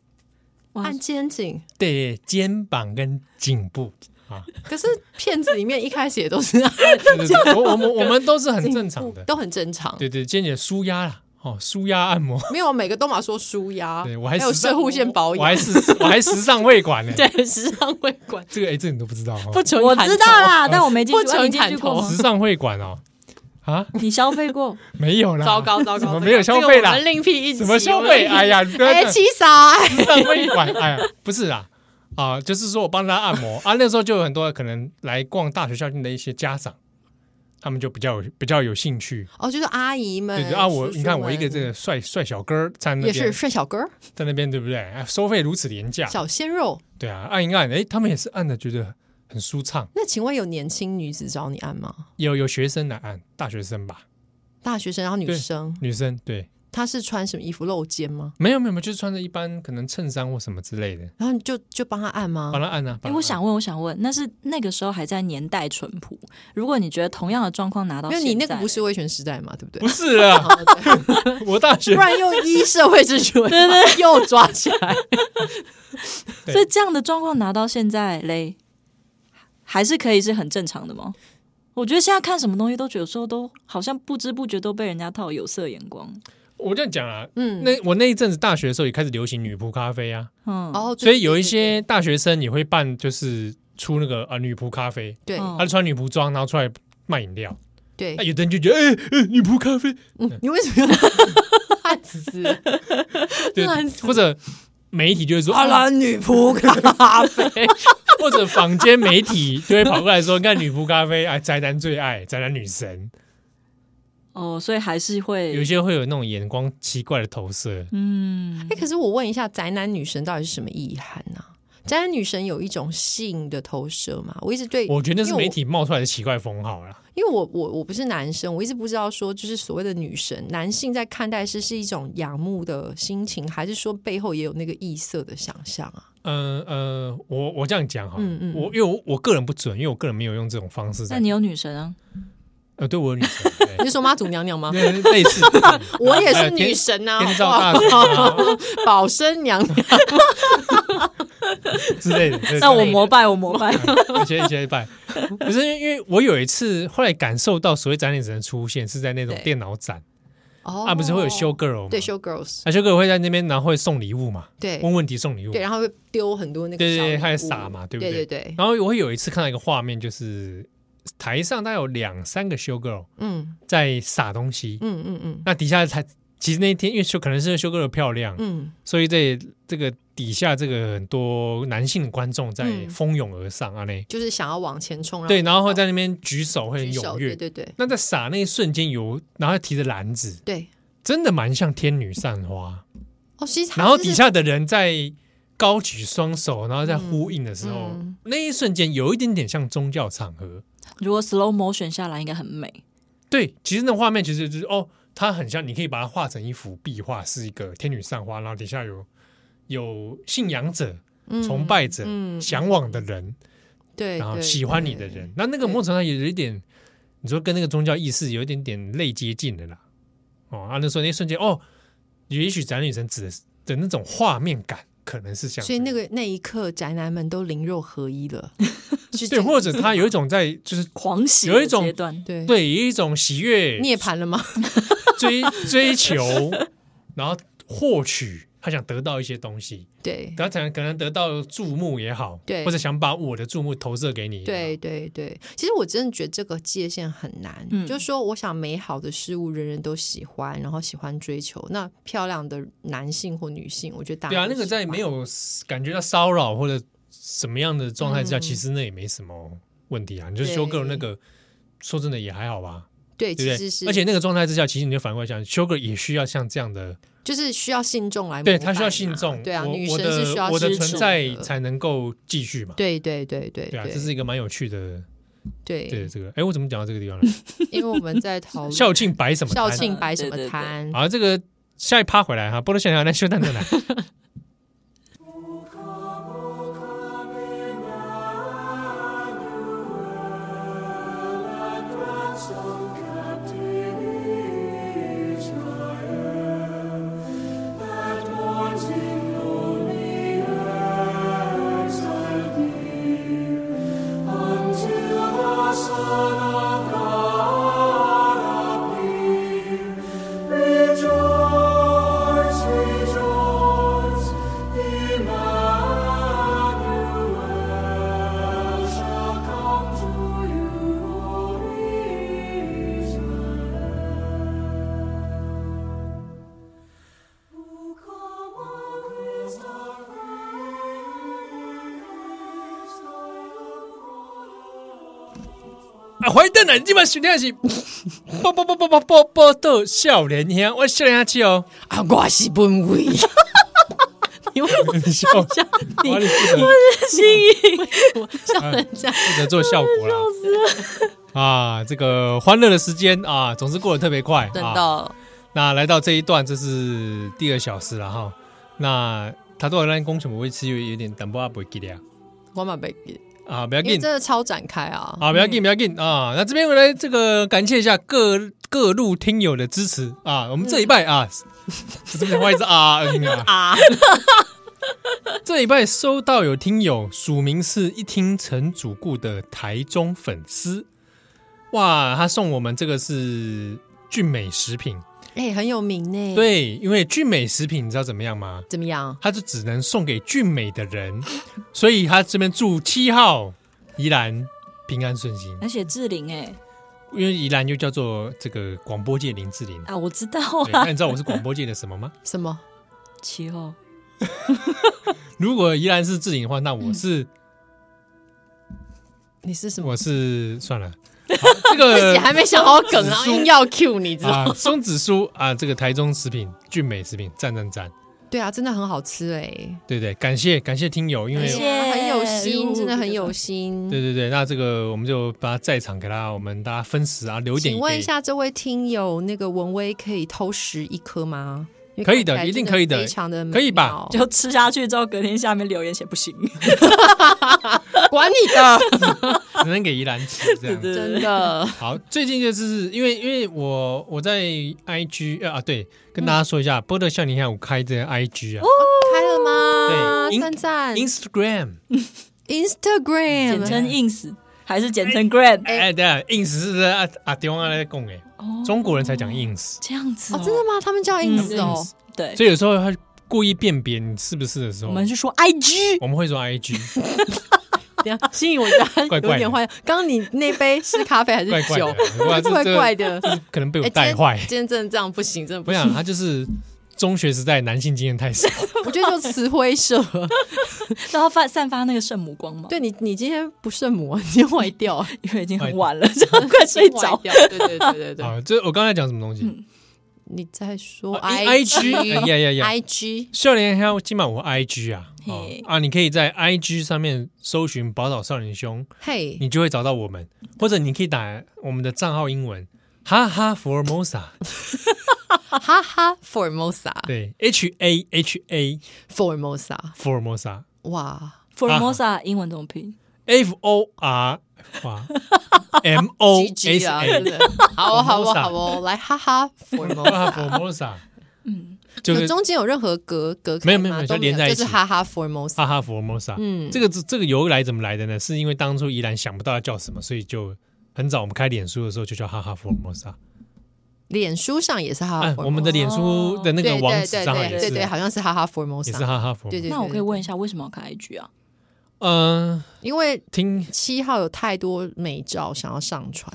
[SPEAKER 3] 哇
[SPEAKER 4] 按肩颈。
[SPEAKER 1] 对肩膀跟颈部 啊，
[SPEAKER 4] 可是片子里面一开始也都是
[SPEAKER 1] 对对对，我我们我们都是很正常的，
[SPEAKER 4] 都很正常，
[SPEAKER 1] 对对，肩颈舒压啦，哦，舒压按摩，
[SPEAKER 4] 没有啊每个都嘛说舒压，
[SPEAKER 1] 对我还
[SPEAKER 4] 啊有
[SPEAKER 1] 时尚
[SPEAKER 4] 射护线保
[SPEAKER 1] 我还
[SPEAKER 4] 养，
[SPEAKER 1] 是我还时尚会馆呢，
[SPEAKER 4] 对时尚会馆
[SPEAKER 1] 这个哎，这你都不知道哦
[SPEAKER 4] 不，成
[SPEAKER 3] 我
[SPEAKER 4] 砍
[SPEAKER 3] 知道
[SPEAKER 4] 头
[SPEAKER 3] 啦，但我没进
[SPEAKER 4] 不
[SPEAKER 3] 去啊过，
[SPEAKER 4] 成
[SPEAKER 3] 你进去
[SPEAKER 4] 砍
[SPEAKER 3] 过
[SPEAKER 4] 头
[SPEAKER 3] 吗
[SPEAKER 1] 时？尚会馆哦，啊，
[SPEAKER 3] 你消费过？
[SPEAKER 1] 没有啦，
[SPEAKER 4] 糟糕糟
[SPEAKER 1] 怎
[SPEAKER 4] 糕，
[SPEAKER 1] 么没有
[SPEAKER 4] 糟糕
[SPEAKER 1] 消费啦
[SPEAKER 4] 这个我们另辟一集
[SPEAKER 1] 什么消费？ 哎，呀，你不
[SPEAKER 4] 我
[SPEAKER 1] 要这
[SPEAKER 4] 们哎，
[SPEAKER 1] 样
[SPEAKER 4] 七嫂，
[SPEAKER 1] 时尚会馆，哎呀，不是啦。啊，就是说我帮他按摩啊，那时候就有很多可能来逛大学校庆的一些家长，他们就比较有比较有兴趣，
[SPEAKER 4] 哦，就是阿姨们，
[SPEAKER 1] 对对啊，我
[SPEAKER 4] 叔叔
[SPEAKER 1] 你看我一个
[SPEAKER 4] 们
[SPEAKER 1] 这个帅帅小哥儿在那
[SPEAKER 4] 也是
[SPEAKER 1] 边，
[SPEAKER 4] 帅小哥儿、
[SPEAKER 1] 在那边对不对？啊，收费如此廉价，
[SPEAKER 4] 小鲜肉。
[SPEAKER 1] 对啊，按一按，哎，他们也是按的，觉得很舒畅。
[SPEAKER 4] 那请问有年轻女子找你按吗？
[SPEAKER 1] 有有学生来按，大学生吧，
[SPEAKER 4] 大学生，然后女生，
[SPEAKER 1] 女生对，
[SPEAKER 4] 她是穿什么衣服露肩吗？
[SPEAKER 1] 没有没有，没有就是穿着一般可能衬衫或什么之类的，
[SPEAKER 4] 然后你就就帮她按吗
[SPEAKER 1] 帮？他按啊。
[SPEAKER 3] 哎，
[SPEAKER 1] 帮他按
[SPEAKER 3] 我想问，我想问，那是那个时候还在年代淳朴。如果你觉得同样的状况拿到
[SPEAKER 4] 没有，
[SPEAKER 3] 现在，
[SPEAKER 4] 你那个不是威权时代嘛，对不 对
[SPEAKER 1] 不？是 啦，
[SPEAKER 4] 哦对
[SPEAKER 1] 我大学
[SPEAKER 4] 不然又依社会秩序，对对，又抓起来。
[SPEAKER 1] 对
[SPEAKER 3] 所以这样的状况拿到现在嘞，还是可以是很正常的吗？我觉得现在看什么东西都觉得有时候都好像不知不觉都被人家套有色眼光。
[SPEAKER 1] 我这样讲啊，
[SPEAKER 4] 嗯，
[SPEAKER 1] 那我那一阵子大学的时候也开始流行女仆咖啡啊，
[SPEAKER 3] 嗯，
[SPEAKER 4] 哦，对
[SPEAKER 1] 所以有一
[SPEAKER 4] 对
[SPEAKER 1] 些大学生也会办，就是出那个啊、呃女仆咖啡，
[SPEAKER 4] 对对
[SPEAKER 3] 嗯
[SPEAKER 1] 他就穿女仆装，然后出来卖饮料。
[SPEAKER 4] 哦对
[SPEAKER 1] 那、有的人就觉得，哎、哎女仆咖啡，
[SPEAKER 4] 嗯你为什么要 汉死？
[SPEAKER 1] 对，或者媒体就会说，
[SPEAKER 4] 阿
[SPEAKER 1] 啊，
[SPEAKER 4] 兰女仆咖啡，
[SPEAKER 1] 或者坊间媒体就会跑过来说，你看女仆咖啡，哎，宅男最爱，宅男女神，
[SPEAKER 3] 哦，所以还是
[SPEAKER 1] 有
[SPEAKER 3] 会
[SPEAKER 1] 一，些会有那种眼光奇怪的投射。
[SPEAKER 3] 嗯
[SPEAKER 4] 哎、，可是我问一下，宅男女神到底是什么意涵呢、啊？宅男女神有一种性的投射嘛？我一直对，
[SPEAKER 1] 我觉得那是
[SPEAKER 4] 因为
[SPEAKER 1] 媒
[SPEAKER 4] 我
[SPEAKER 1] 体冒出来的奇怪封号啦。
[SPEAKER 4] 因为我我我不是男生，我一直不知道说，就是所谓的女神，男性在看待是是一种仰慕的心情，还是说背后也有那个异色的想象 啊？
[SPEAKER 1] 嗯呃，我我这样讲哈，
[SPEAKER 4] 嗯嗯嗯
[SPEAKER 1] 我因为我我个人不准，因为我个人没有用这种方式在
[SPEAKER 3] 那。你有女神啊？
[SPEAKER 1] 呃，对我有女 神，对
[SPEAKER 4] 你是说妈祖娘 娘吗？
[SPEAKER 1] 对类似，
[SPEAKER 4] 我也是
[SPEAKER 1] 呃
[SPEAKER 4] 女神啊，
[SPEAKER 1] 天天
[SPEAKER 4] 好不
[SPEAKER 1] 照
[SPEAKER 4] 好
[SPEAKER 1] 大神 啊
[SPEAKER 4] 保生娘娘，
[SPEAKER 1] 之类的。对
[SPEAKER 3] 那我
[SPEAKER 1] 之类的
[SPEAKER 3] 膜拜，我膜拜，
[SPEAKER 1] 一些一些拜，不是因为我有一次后来感受到所谓展览人的出现是在那种
[SPEAKER 4] 对
[SPEAKER 1] 电脑展
[SPEAKER 4] 哦
[SPEAKER 1] 啊，不是会有修 girl 吗？
[SPEAKER 4] 对修 girls，
[SPEAKER 1] 啊，修 girl 会在那边，然后会送礼物嘛，
[SPEAKER 4] 对
[SPEAKER 1] 问问题送礼物
[SPEAKER 4] 对，。然后会丢很多那个
[SPEAKER 1] 对对
[SPEAKER 4] 小
[SPEAKER 1] 对
[SPEAKER 4] 礼物
[SPEAKER 1] 还撒嘛对不对
[SPEAKER 4] 对对对，
[SPEAKER 1] 然后我有一次看到一个画面，就是台上大概有两三个修 girl
[SPEAKER 4] 嗯
[SPEAKER 1] 在撒东西，
[SPEAKER 4] 嗯嗯嗯
[SPEAKER 1] 那底下才其实那天因为修可能是修 girl 漂亮，
[SPEAKER 4] 嗯，
[SPEAKER 1] 所以这这个底下这个很多男性观众在
[SPEAKER 4] 嗯
[SPEAKER 1] 蜂拥而上啊，那
[SPEAKER 4] 就是想要往前冲，
[SPEAKER 1] 对，然后会
[SPEAKER 4] 再
[SPEAKER 1] 在那边举手会很
[SPEAKER 4] 举
[SPEAKER 1] 踊
[SPEAKER 4] 手，对
[SPEAKER 1] 跃。
[SPEAKER 4] 对对
[SPEAKER 1] 那在撒那一瞬间有，然后提着篮子，
[SPEAKER 4] 对。
[SPEAKER 1] 真的蛮像天女散花。
[SPEAKER 4] 哦，其实它
[SPEAKER 1] 然后
[SPEAKER 4] 是
[SPEAKER 1] 底下的人在高举双手，然后在呼应的时候，
[SPEAKER 4] 嗯
[SPEAKER 1] 那一瞬间有一点点像宗教场合。
[SPEAKER 3] 如果 slow motion 下来，应该很美。
[SPEAKER 1] 对，其实那画面其实就是哦，它很像，你可以把它画成一幅壁画，是一个天女散花，然后底下有有信仰者、
[SPEAKER 4] 嗯
[SPEAKER 1] 崇拜者、
[SPEAKER 4] 嗯
[SPEAKER 1] 向往的人，
[SPEAKER 4] 对，
[SPEAKER 1] 然后
[SPEAKER 4] 对
[SPEAKER 1] 喜欢你的，人。那那个某种程度上也有一点，你说跟那个宗教意识有一点点类接近的啦。哦，啊，那时候那一瞬间，哦，也许宅女神指的是的那种画面感，可能是
[SPEAKER 4] 对
[SPEAKER 1] 像
[SPEAKER 4] 所以那个那一刻，宅男们都灵肉合一 了，是这
[SPEAKER 1] 对，
[SPEAKER 4] 样
[SPEAKER 1] 或者他有一种在就是
[SPEAKER 3] 狂喜
[SPEAKER 1] 有一
[SPEAKER 3] 的
[SPEAKER 1] 种
[SPEAKER 3] 阶段，
[SPEAKER 4] 对
[SPEAKER 1] 对有一种喜 悦
[SPEAKER 4] 涅槃了吗？
[SPEAKER 1] 追追 求，然后获取，他想得到一些东西，
[SPEAKER 4] 对
[SPEAKER 1] 他想可能得到注目也好，
[SPEAKER 4] 对
[SPEAKER 1] 或者想把我的注目投射给你，
[SPEAKER 4] 对，对对，其实我真的觉得这个界限很难。
[SPEAKER 3] 嗯
[SPEAKER 4] 就是说，我想美好的事物人人都喜欢，然后喜欢追求。那漂亮的男性或女性，我觉得大
[SPEAKER 1] 对
[SPEAKER 4] 家
[SPEAKER 1] 啊，
[SPEAKER 4] 都
[SPEAKER 1] 那个
[SPEAKER 4] 喜
[SPEAKER 1] 在
[SPEAKER 4] 欢
[SPEAKER 1] 没有感觉到骚扰或者什么样的状态之下，
[SPEAKER 4] 嗯
[SPEAKER 1] 其实那也没什么问题啊。你就是
[SPEAKER 4] 对
[SPEAKER 1] 修 girl 那个，说真的也还好吧，
[SPEAKER 4] 对，
[SPEAKER 1] 对
[SPEAKER 4] 其
[SPEAKER 1] 不
[SPEAKER 4] 实是
[SPEAKER 1] 对？而且那个状态之下，其实你就反过来想，修 girl 也需要像这样的，
[SPEAKER 4] 就是需要信众来，
[SPEAKER 1] 对他需要信众，
[SPEAKER 4] 对啊，
[SPEAKER 1] 我
[SPEAKER 4] 女
[SPEAKER 1] 我
[SPEAKER 4] 生
[SPEAKER 1] 的
[SPEAKER 4] 是需要
[SPEAKER 1] 我的
[SPEAKER 4] 信
[SPEAKER 1] 存
[SPEAKER 4] 众
[SPEAKER 1] 在
[SPEAKER 4] 的
[SPEAKER 1] 才能够继续嘛。
[SPEAKER 4] 对对对对
[SPEAKER 1] 对啊，这是一个蛮有趣的，
[SPEAKER 4] 对
[SPEAKER 1] 对这个，哎，我怎么讲到这个地方了？
[SPEAKER 4] 因 为我们在讨论
[SPEAKER 1] 校庆摆什么摊？
[SPEAKER 4] 校庆摆什
[SPEAKER 3] 对
[SPEAKER 4] 么
[SPEAKER 3] 对对
[SPEAKER 4] 摊，
[SPEAKER 1] 好，这个下一趴回来哈，波多小鸟来修蛋蛋来。
[SPEAKER 5] Until the Son of God appear. Rejoice, rejoice, Emmanuel shall come to you, O Israel. O come, O Christ our Christ our Lord.
[SPEAKER 1] 啊，欢迎邓奶，今晚收听 的是 波波波波波波波豆笑脸兄，我笑脸兄去 哦，
[SPEAKER 4] 啊，我是本 位，
[SPEAKER 1] 你笑你，我
[SPEAKER 4] 笑人家
[SPEAKER 1] 负责做效果啦。啊，这个欢乐的时间啊，总是过得特别快。
[SPEAKER 3] 真
[SPEAKER 1] 啊，
[SPEAKER 3] 的，
[SPEAKER 1] 那来到这一段，这是第二小时了哈。那他多少让工程我会吃有有点淡薄啊，不会记得啊
[SPEAKER 4] 我马被给，
[SPEAKER 1] 啊，不要
[SPEAKER 4] 因为
[SPEAKER 1] 紧
[SPEAKER 4] 真的超展开啊，
[SPEAKER 1] 啊，不要紧，不要紧啊。那这边我来这个感谢一下各各路听友的支持啊。我们这一拜啊，这边换一只啊嗯啊
[SPEAKER 3] 啊，
[SPEAKER 1] 这礼拜收到有听友署名是一听成主顾的台中粉丝，哇，他送我们这个是俊美食品，
[SPEAKER 4] 哎、很有名呢。，
[SPEAKER 1] 对，因为俊美食品你知道怎么样吗？
[SPEAKER 4] 怎么样？
[SPEAKER 1] 它就只能送给俊美的人，所以他这边祝七号宜兰平安顺心，
[SPEAKER 3] 而且志玲哎、
[SPEAKER 1] 因为宜兰又叫做这个广播界林志玲。
[SPEAKER 3] 啊，我知道
[SPEAKER 1] 对
[SPEAKER 3] 啊
[SPEAKER 1] 那，你知道我是广播界的什么吗？
[SPEAKER 4] 什么？
[SPEAKER 3] 七号
[SPEAKER 4] 哦
[SPEAKER 1] 如果宜兰是志玲的话，那我是、
[SPEAKER 4] 你是什么？
[SPEAKER 1] 我是算了，好这
[SPEAKER 2] 自 己
[SPEAKER 1] 个
[SPEAKER 2] 还没想好梗，
[SPEAKER 4] 啊
[SPEAKER 2] 然后
[SPEAKER 1] 紫苏
[SPEAKER 2] 硬要 Q 你，知道吗？
[SPEAKER 1] 啊，松子酥啊，这个台中食品、俊美食品，赞赞赞，
[SPEAKER 4] 对啊，真的很好吃哎、
[SPEAKER 1] 对对，感谢感谢听友，因为
[SPEAKER 3] 感谢
[SPEAKER 4] 哇很有
[SPEAKER 3] 哎呦
[SPEAKER 4] 心，真的很有
[SPEAKER 1] 对
[SPEAKER 4] 心。
[SPEAKER 1] 对对，那这个我们就把它在场给他，我们大家分食啊，留点
[SPEAKER 4] 请问
[SPEAKER 1] 给
[SPEAKER 4] 一下，这位听友，那个文威可以偷食一颗吗？因为
[SPEAKER 1] 可以的
[SPEAKER 4] 看起来
[SPEAKER 1] 一定
[SPEAKER 4] 真
[SPEAKER 1] 可以的
[SPEAKER 4] 非常的美
[SPEAKER 1] 可以吧
[SPEAKER 4] 妙
[SPEAKER 3] 就吃下去之后，隔天下面留言写 不行，
[SPEAKER 4] 管你的，
[SPEAKER 1] 只能给宜兰吃这样
[SPEAKER 3] 对
[SPEAKER 1] 子。
[SPEAKER 3] 对
[SPEAKER 4] 真 的。
[SPEAKER 1] 好，最近就是因为因为我我在 IG 呃啊对，跟大家说一下，波特笑你看我开这个 IG
[SPEAKER 4] 哦
[SPEAKER 1] 啊、
[SPEAKER 4] 开了吗？
[SPEAKER 1] 对
[SPEAKER 4] 赞赞
[SPEAKER 1] i n s t a g r a m
[SPEAKER 4] ，Instagram
[SPEAKER 3] 简称 ins 还是简称 gram
[SPEAKER 1] 哎对啊，ins 是不是啊啊丢啊在供哎，
[SPEAKER 3] 哦
[SPEAKER 1] 中国人才讲 ins，
[SPEAKER 3] 这样子
[SPEAKER 4] 哦，真的吗？他们叫 ins 哦，
[SPEAKER 3] 对，
[SPEAKER 1] 所以有时候他故意辨别你是不是的时候，
[SPEAKER 3] 我们是说 IG
[SPEAKER 1] 我们会说 IG，
[SPEAKER 4] 等一下，心怡，我觉得
[SPEAKER 3] 嗯
[SPEAKER 4] 他
[SPEAKER 1] 怪怪的
[SPEAKER 4] 有点坏。刚刚你那杯是咖啡还是
[SPEAKER 1] 怪怪
[SPEAKER 4] 酒？
[SPEAKER 1] 的，哇这
[SPEAKER 4] 怪
[SPEAKER 1] 这
[SPEAKER 4] 怪的。
[SPEAKER 1] 可能被我
[SPEAKER 4] 哎
[SPEAKER 1] 带坏。
[SPEAKER 4] 今天真的这样不行，真的不
[SPEAKER 1] 我 想
[SPEAKER 4] 行。
[SPEAKER 1] 他就是中学时代男性经验太少，
[SPEAKER 4] 我觉得就词灰社，
[SPEAKER 3] 然后发散发那个圣母光芒，
[SPEAKER 4] 对你，你今天不圣母，你今天坏掉，
[SPEAKER 3] 因为已经很
[SPEAKER 4] 哎
[SPEAKER 3] 晚了，这样快睡 着
[SPEAKER 4] 坏。掉。对对对对对，
[SPEAKER 1] 啊，这我刚才讲什么东西啊
[SPEAKER 3] 嗯
[SPEAKER 4] 你在说
[SPEAKER 1] 哦 I G，哎呀呀呀
[SPEAKER 4] IG，
[SPEAKER 1] 少年香今晚我 IG 啊哦
[SPEAKER 3] 嘿
[SPEAKER 1] 啊，你可以在 IG 上面搜寻宝岛少年兄，
[SPEAKER 4] 嘿，
[SPEAKER 1] 你就会找到我们，或者你可以打我们的账号英文哈哈 Formosa，
[SPEAKER 4] 哈哈，Formosa，Formosa，
[SPEAKER 1] 对 H A H A Formosa
[SPEAKER 4] 哇
[SPEAKER 3] Formosa 英文怎么拼？
[SPEAKER 1] F O R 哇 M O
[SPEAKER 4] ，G
[SPEAKER 1] 哦 S
[SPEAKER 4] G 啊，
[SPEAKER 1] A
[SPEAKER 4] 真的，好哦，好哦，
[SPEAKER 1] Formosa
[SPEAKER 4] 好哦，来，哈
[SPEAKER 1] 哈
[SPEAKER 4] 哈
[SPEAKER 1] 哈
[SPEAKER 4] ，Formosa。
[SPEAKER 1] Formosa，
[SPEAKER 3] 嗯，
[SPEAKER 1] 就是
[SPEAKER 4] 有中间有任何隔隔开
[SPEAKER 1] 没有没有
[SPEAKER 4] 吗
[SPEAKER 1] 没有
[SPEAKER 4] 都
[SPEAKER 1] 就连在一
[SPEAKER 4] 就
[SPEAKER 1] 起
[SPEAKER 4] 是哈哈 Formosa，
[SPEAKER 1] 哈哈佛摩萨，
[SPEAKER 4] 嗯
[SPEAKER 1] 这个这个由来怎么来的呢？是因为当初宜兰想不到要叫什么，所以就很早我们开脸书的时候就叫哈哈佛摩萨。
[SPEAKER 4] 脸书上也是哈哈
[SPEAKER 1] 哎，
[SPEAKER 4] Formosa，
[SPEAKER 1] 我们的脸书的那个
[SPEAKER 4] 对
[SPEAKER 1] 网址
[SPEAKER 4] 对
[SPEAKER 1] 上
[SPEAKER 4] 对
[SPEAKER 1] 也
[SPEAKER 4] 对
[SPEAKER 1] 是
[SPEAKER 4] 对对，好像是哈哈 Formosa，
[SPEAKER 1] 也是哈哈佛。
[SPEAKER 4] 对对
[SPEAKER 3] 那我可以问一下，为什么要开 IG 啊？
[SPEAKER 1] 嗯，
[SPEAKER 4] 因为
[SPEAKER 1] 听
[SPEAKER 4] 七号有太多美照想要上传，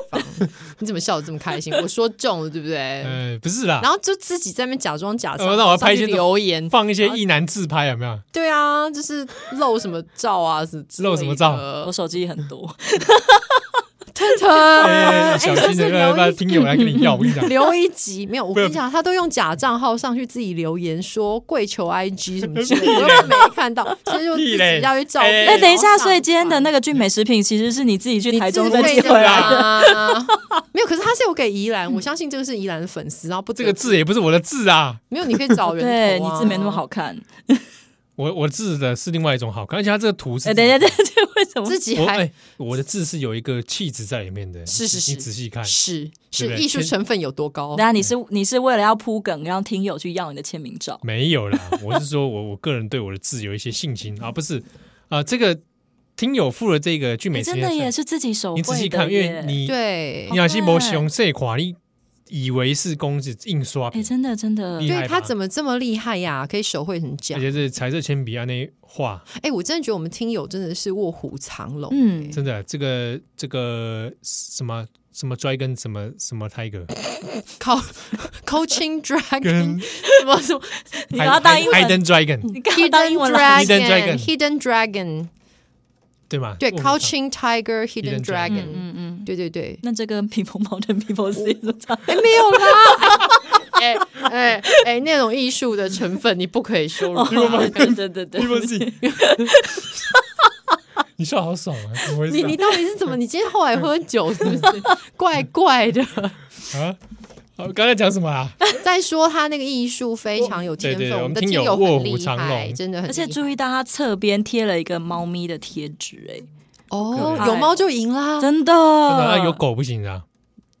[SPEAKER 4] 你怎么笑得这么开心？我说中了，对不对？
[SPEAKER 1] 呃不是啦
[SPEAKER 4] 然，后就自己在那边假装假装，
[SPEAKER 1] 呃那我要拍一些
[SPEAKER 4] 上去留言，
[SPEAKER 1] 放一些意男自拍有没 有？
[SPEAKER 4] 对啊，就是露什么照啊，是
[SPEAKER 1] 露什么照
[SPEAKER 3] 我手机很多，
[SPEAKER 4] 腾腾，
[SPEAKER 1] 哎，小心
[SPEAKER 4] 就是
[SPEAKER 1] 点，要不
[SPEAKER 4] 留
[SPEAKER 1] 然
[SPEAKER 4] 一
[SPEAKER 1] 听友来跟你要，我跟你 讲。
[SPEAKER 4] 留一集没有，我
[SPEAKER 1] 不要
[SPEAKER 4] 跟你讲，他都用假账号上去自己留言说跪求 IG 什么之类的，我都没看到，所以就自
[SPEAKER 1] 屁
[SPEAKER 4] 己
[SPEAKER 1] 嘞
[SPEAKER 4] 要去照
[SPEAKER 1] 哎
[SPEAKER 4] 片。
[SPEAKER 3] 哎，等一下，
[SPEAKER 4] 然后上传
[SPEAKER 3] 所以今天的那个俊美食品其实是你自己去
[SPEAKER 4] 你
[SPEAKER 3] 台
[SPEAKER 4] 自
[SPEAKER 3] 中
[SPEAKER 4] 费
[SPEAKER 3] 再寄
[SPEAKER 4] 的
[SPEAKER 3] 回来的。
[SPEAKER 4] 啦，没有，可是他是有给宜兰，我相信这个是宜兰粉丝，然后不
[SPEAKER 1] 这个
[SPEAKER 4] 字
[SPEAKER 1] 字也不是我的字啊，
[SPEAKER 4] 没有，你可以找人、
[SPEAKER 3] 对，你字没那么，好看。
[SPEAKER 1] 我我字的是另外一种好看，而且它这个图是
[SPEAKER 4] 呃
[SPEAKER 3] 哎，等一下，这这为什么
[SPEAKER 4] 自？己
[SPEAKER 1] 我
[SPEAKER 4] 还、
[SPEAKER 1] 哎，我的字是有一个气质在里面的，
[SPEAKER 4] 是是是
[SPEAKER 1] 你仔细看，
[SPEAKER 4] 是
[SPEAKER 1] 对
[SPEAKER 4] 是
[SPEAKER 1] 哎不对
[SPEAKER 4] 艺术成分有多高
[SPEAKER 3] 等一？下你是你是为了要铺梗，让听友去要你的签名照？
[SPEAKER 1] 没有啦，我是说我我个人对我的字有一些信心啊，不是啊、这个听友付了这个俊美
[SPEAKER 3] 哎
[SPEAKER 1] 实
[SPEAKER 3] 真
[SPEAKER 1] 验
[SPEAKER 3] 的耶，
[SPEAKER 1] 室，
[SPEAKER 3] 是自己手
[SPEAKER 1] 你仔
[SPEAKER 3] 绘
[SPEAKER 1] 细
[SPEAKER 3] 的
[SPEAKER 1] 看，因为
[SPEAKER 3] 耶。
[SPEAKER 1] 你
[SPEAKER 4] 对
[SPEAKER 3] 哦
[SPEAKER 1] 你要是没熊这款，你以为是公子印刷
[SPEAKER 3] 哎，
[SPEAKER 1] 品，
[SPEAKER 3] 真的真的
[SPEAKER 1] 厉害吧
[SPEAKER 4] 对，他怎么这么厉害呀、可以手绘成这
[SPEAKER 1] 而且
[SPEAKER 4] 样？
[SPEAKER 1] 是彩色铅笔啊那画，
[SPEAKER 4] 哎、我真的觉得我们听友真的是卧虎藏龙。
[SPEAKER 3] 嗯，
[SPEAKER 1] 真的这个这个什么什么 dragon 什么什么 tiger，
[SPEAKER 4] 靠 coaching dragon
[SPEAKER 1] 跟
[SPEAKER 4] 什么什么
[SPEAKER 3] 你要当英
[SPEAKER 1] h i
[SPEAKER 3] 文，
[SPEAKER 1] d dragon
[SPEAKER 3] 你刚要当
[SPEAKER 4] hidden
[SPEAKER 3] 英文老师
[SPEAKER 1] Hidden dragon
[SPEAKER 4] dragon hidden dragon
[SPEAKER 1] 对吗？
[SPEAKER 4] 对
[SPEAKER 1] 我们
[SPEAKER 4] coaching tiger hidden
[SPEAKER 1] Hidden dragon
[SPEAKER 4] dragon
[SPEAKER 3] 嗯嗯，
[SPEAKER 4] 对对对，
[SPEAKER 3] 那这跟皮蓬猫跟皮蓬 C 是差
[SPEAKER 4] 哎，没有啦。 哎哎哎，那种艺术的成分你不可以羞辱。
[SPEAKER 1] 哦
[SPEAKER 3] 对对对对，
[SPEAKER 1] People see 你笑好爽啊！怎么回事
[SPEAKER 4] 你
[SPEAKER 1] 啊
[SPEAKER 4] 你到底是怎么？你今天后来喝酒是不是？怪怪的。
[SPEAKER 1] 啊？我刚才讲什么啊？
[SPEAKER 3] 呃
[SPEAKER 4] 再说他那个艺术非常有天
[SPEAKER 1] 对对
[SPEAKER 4] 分，们的
[SPEAKER 1] 我们听友
[SPEAKER 4] 友
[SPEAKER 1] 卧
[SPEAKER 4] 很
[SPEAKER 1] 虎
[SPEAKER 4] 厉
[SPEAKER 1] 藏
[SPEAKER 4] 害，
[SPEAKER 1] 龙
[SPEAKER 4] 真的很
[SPEAKER 3] 而
[SPEAKER 4] 厉
[SPEAKER 3] 且
[SPEAKER 4] 害。
[SPEAKER 3] 注意到它侧边贴了一个猫咪的贴纸，哎，
[SPEAKER 4] 哦，有猫就赢啦。
[SPEAKER 3] 真
[SPEAKER 1] 真的啊
[SPEAKER 3] 的
[SPEAKER 1] 有，狗不行啊，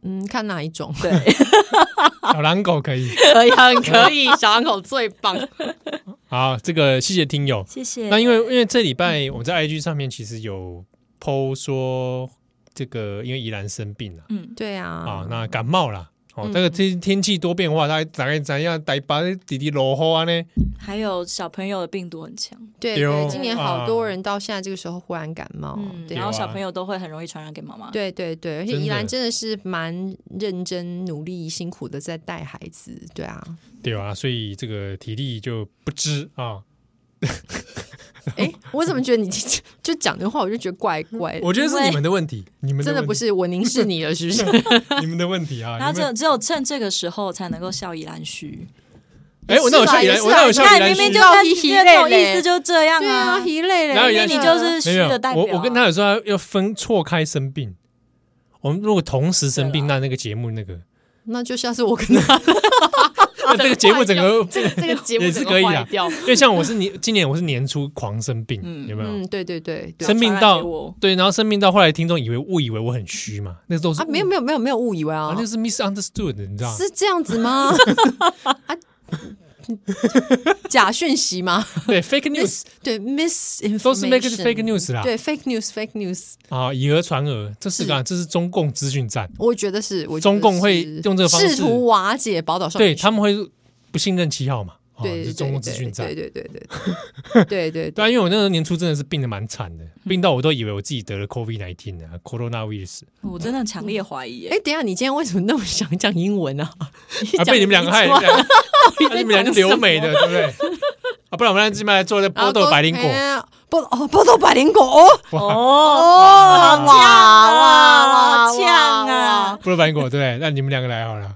[SPEAKER 4] 嗯，看哪一种
[SPEAKER 3] 对，
[SPEAKER 1] 小狼狗可以。
[SPEAKER 4] 可以，很 可以，小狼狗最棒。
[SPEAKER 1] 好，这个谢谢听友。
[SPEAKER 3] 谢谢。
[SPEAKER 1] 那因为因为这礼拜我在 IG 上面其实有 PO 说这个，因为宜兰生病了
[SPEAKER 4] 对啊
[SPEAKER 1] 啊，，那感冒了。哦，这个天天气多变化，大概大概怎样？台北滴滴落雨啊呢？
[SPEAKER 3] 还有小朋友的病毒很强，
[SPEAKER 4] 对
[SPEAKER 1] 对哦
[SPEAKER 4] 对，今年好多人到现在这个时候忽然感冒，
[SPEAKER 3] 嗯，
[SPEAKER 4] 对
[SPEAKER 3] 然
[SPEAKER 1] 啊
[SPEAKER 3] 后小朋友都会很容易传染给妈妈。，
[SPEAKER 4] 对对对，而且
[SPEAKER 1] 真的
[SPEAKER 4] 宜兰真的是蛮认真、努力、辛苦的在带孩子，对啊，
[SPEAKER 1] 对啊，所以这个体力就不支啊。
[SPEAKER 4] 哎，我怎么觉得你 就讲这话，我就觉得怪怪的。
[SPEAKER 1] 我觉得是你们的问题，你们
[SPEAKER 4] 呃真的
[SPEAKER 1] 的
[SPEAKER 4] 不是我凝视你了，是 不是？
[SPEAKER 1] 问题你们的问题 啊。
[SPEAKER 3] 然后
[SPEAKER 1] 你
[SPEAKER 3] 只
[SPEAKER 1] 们
[SPEAKER 3] 有只有趁这个时候才能够笑以兰虚。
[SPEAKER 1] 哎，我那我笑以
[SPEAKER 4] 也
[SPEAKER 1] 来，
[SPEAKER 4] 是啊
[SPEAKER 1] 我那我
[SPEAKER 4] 也是
[SPEAKER 1] 笑
[SPEAKER 4] 啊
[SPEAKER 1] 以
[SPEAKER 3] 那
[SPEAKER 1] 来
[SPEAKER 3] 明
[SPEAKER 1] 是
[SPEAKER 3] 明就
[SPEAKER 4] 笑
[SPEAKER 3] 在
[SPEAKER 4] 以兰虚
[SPEAKER 3] 那种意思就这样
[SPEAKER 4] 对啊，
[SPEAKER 3] 啊，
[SPEAKER 4] 疲
[SPEAKER 1] 哪
[SPEAKER 4] 累了，
[SPEAKER 1] 有
[SPEAKER 3] 那
[SPEAKER 1] 人
[SPEAKER 3] 你就是虚
[SPEAKER 1] 没有
[SPEAKER 3] 的代表
[SPEAKER 1] 我
[SPEAKER 3] 啊。
[SPEAKER 1] 我跟他有时候要分错开生病。我们如果同时生病，
[SPEAKER 3] 对
[SPEAKER 1] 那那个节目那个，
[SPEAKER 4] 那就下次我跟他
[SPEAKER 1] 那这个节目整个
[SPEAKER 2] 这个这个节目
[SPEAKER 1] 也是
[SPEAKER 2] 整
[SPEAKER 1] 可
[SPEAKER 2] 个
[SPEAKER 1] 以
[SPEAKER 2] 坏
[SPEAKER 1] 啊。
[SPEAKER 2] 掉，
[SPEAKER 1] 因为像我是 年今年我是年初狂生病，有没有
[SPEAKER 4] 嗯，？对对对对
[SPEAKER 1] 生病
[SPEAKER 3] 传染
[SPEAKER 1] 到
[SPEAKER 3] 给我
[SPEAKER 1] 对，然后生病到后来，听众以为误以为我很虚嘛，那都是
[SPEAKER 4] 啊，没有
[SPEAKER 1] 误
[SPEAKER 4] 没有没有没有误以为
[SPEAKER 1] 啊
[SPEAKER 4] 啊，
[SPEAKER 1] 那是 misunderstood，你知道吗？
[SPEAKER 4] 是这样 子吗？啊， 假讯 息吗？
[SPEAKER 1] 对 fake news
[SPEAKER 4] Miss 对 misinformation
[SPEAKER 1] 都是 make fake news 啊啦，
[SPEAKER 4] 对 fake news fake news，
[SPEAKER 1] 啊，以讹传讹，这是啊个这是中共资讯战，
[SPEAKER 4] 我觉得是，我觉得
[SPEAKER 1] 中共会
[SPEAKER 4] 是
[SPEAKER 1] 用这个方式
[SPEAKER 4] 试图瓦解宝岛少
[SPEAKER 1] 对
[SPEAKER 4] 女群。
[SPEAKER 1] 他们会不信任七号嘛，啊，
[SPEAKER 4] 对
[SPEAKER 1] 是
[SPEAKER 4] 对
[SPEAKER 1] 中
[SPEAKER 4] 对
[SPEAKER 1] 共资讯
[SPEAKER 4] 对
[SPEAKER 1] 战，
[SPEAKER 4] 对对对 对对对
[SPEAKER 1] 对
[SPEAKER 4] 对
[SPEAKER 1] 啊，因为我那时候年初真的是病得蛮惨的，
[SPEAKER 4] 嗯
[SPEAKER 1] 病到我都以为我自己得了 COVID nineteen 啊，corona virus
[SPEAKER 3] 我真的强烈怀疑耶，
[SPEAKER 4] 哎，等一下，你今天为什么那么想讲英文啊？
[SPEAKER 1] 啊，被你们两个害，
[SPEAKER 4] 讲不
[SPEAKER 1] 这样
[SPEAKER 4] 出
[SPEAKER 1] 啊
[SPEAKER 4] 来
[SPEAKER 1] 你们两个留美的，对不对？啊，不然我们今天来做的波豆百灵果，，
[SPEAKER 4] 波哦，波豆百灵 果哦
[SPEAKER 3] 哦，
[SPEAKER 4] 哇哎哇哇
[SPEAKER 3] 好呛啊！
[SPEAKER 1] 波豆百灵果，对不对，那你们两个来好了。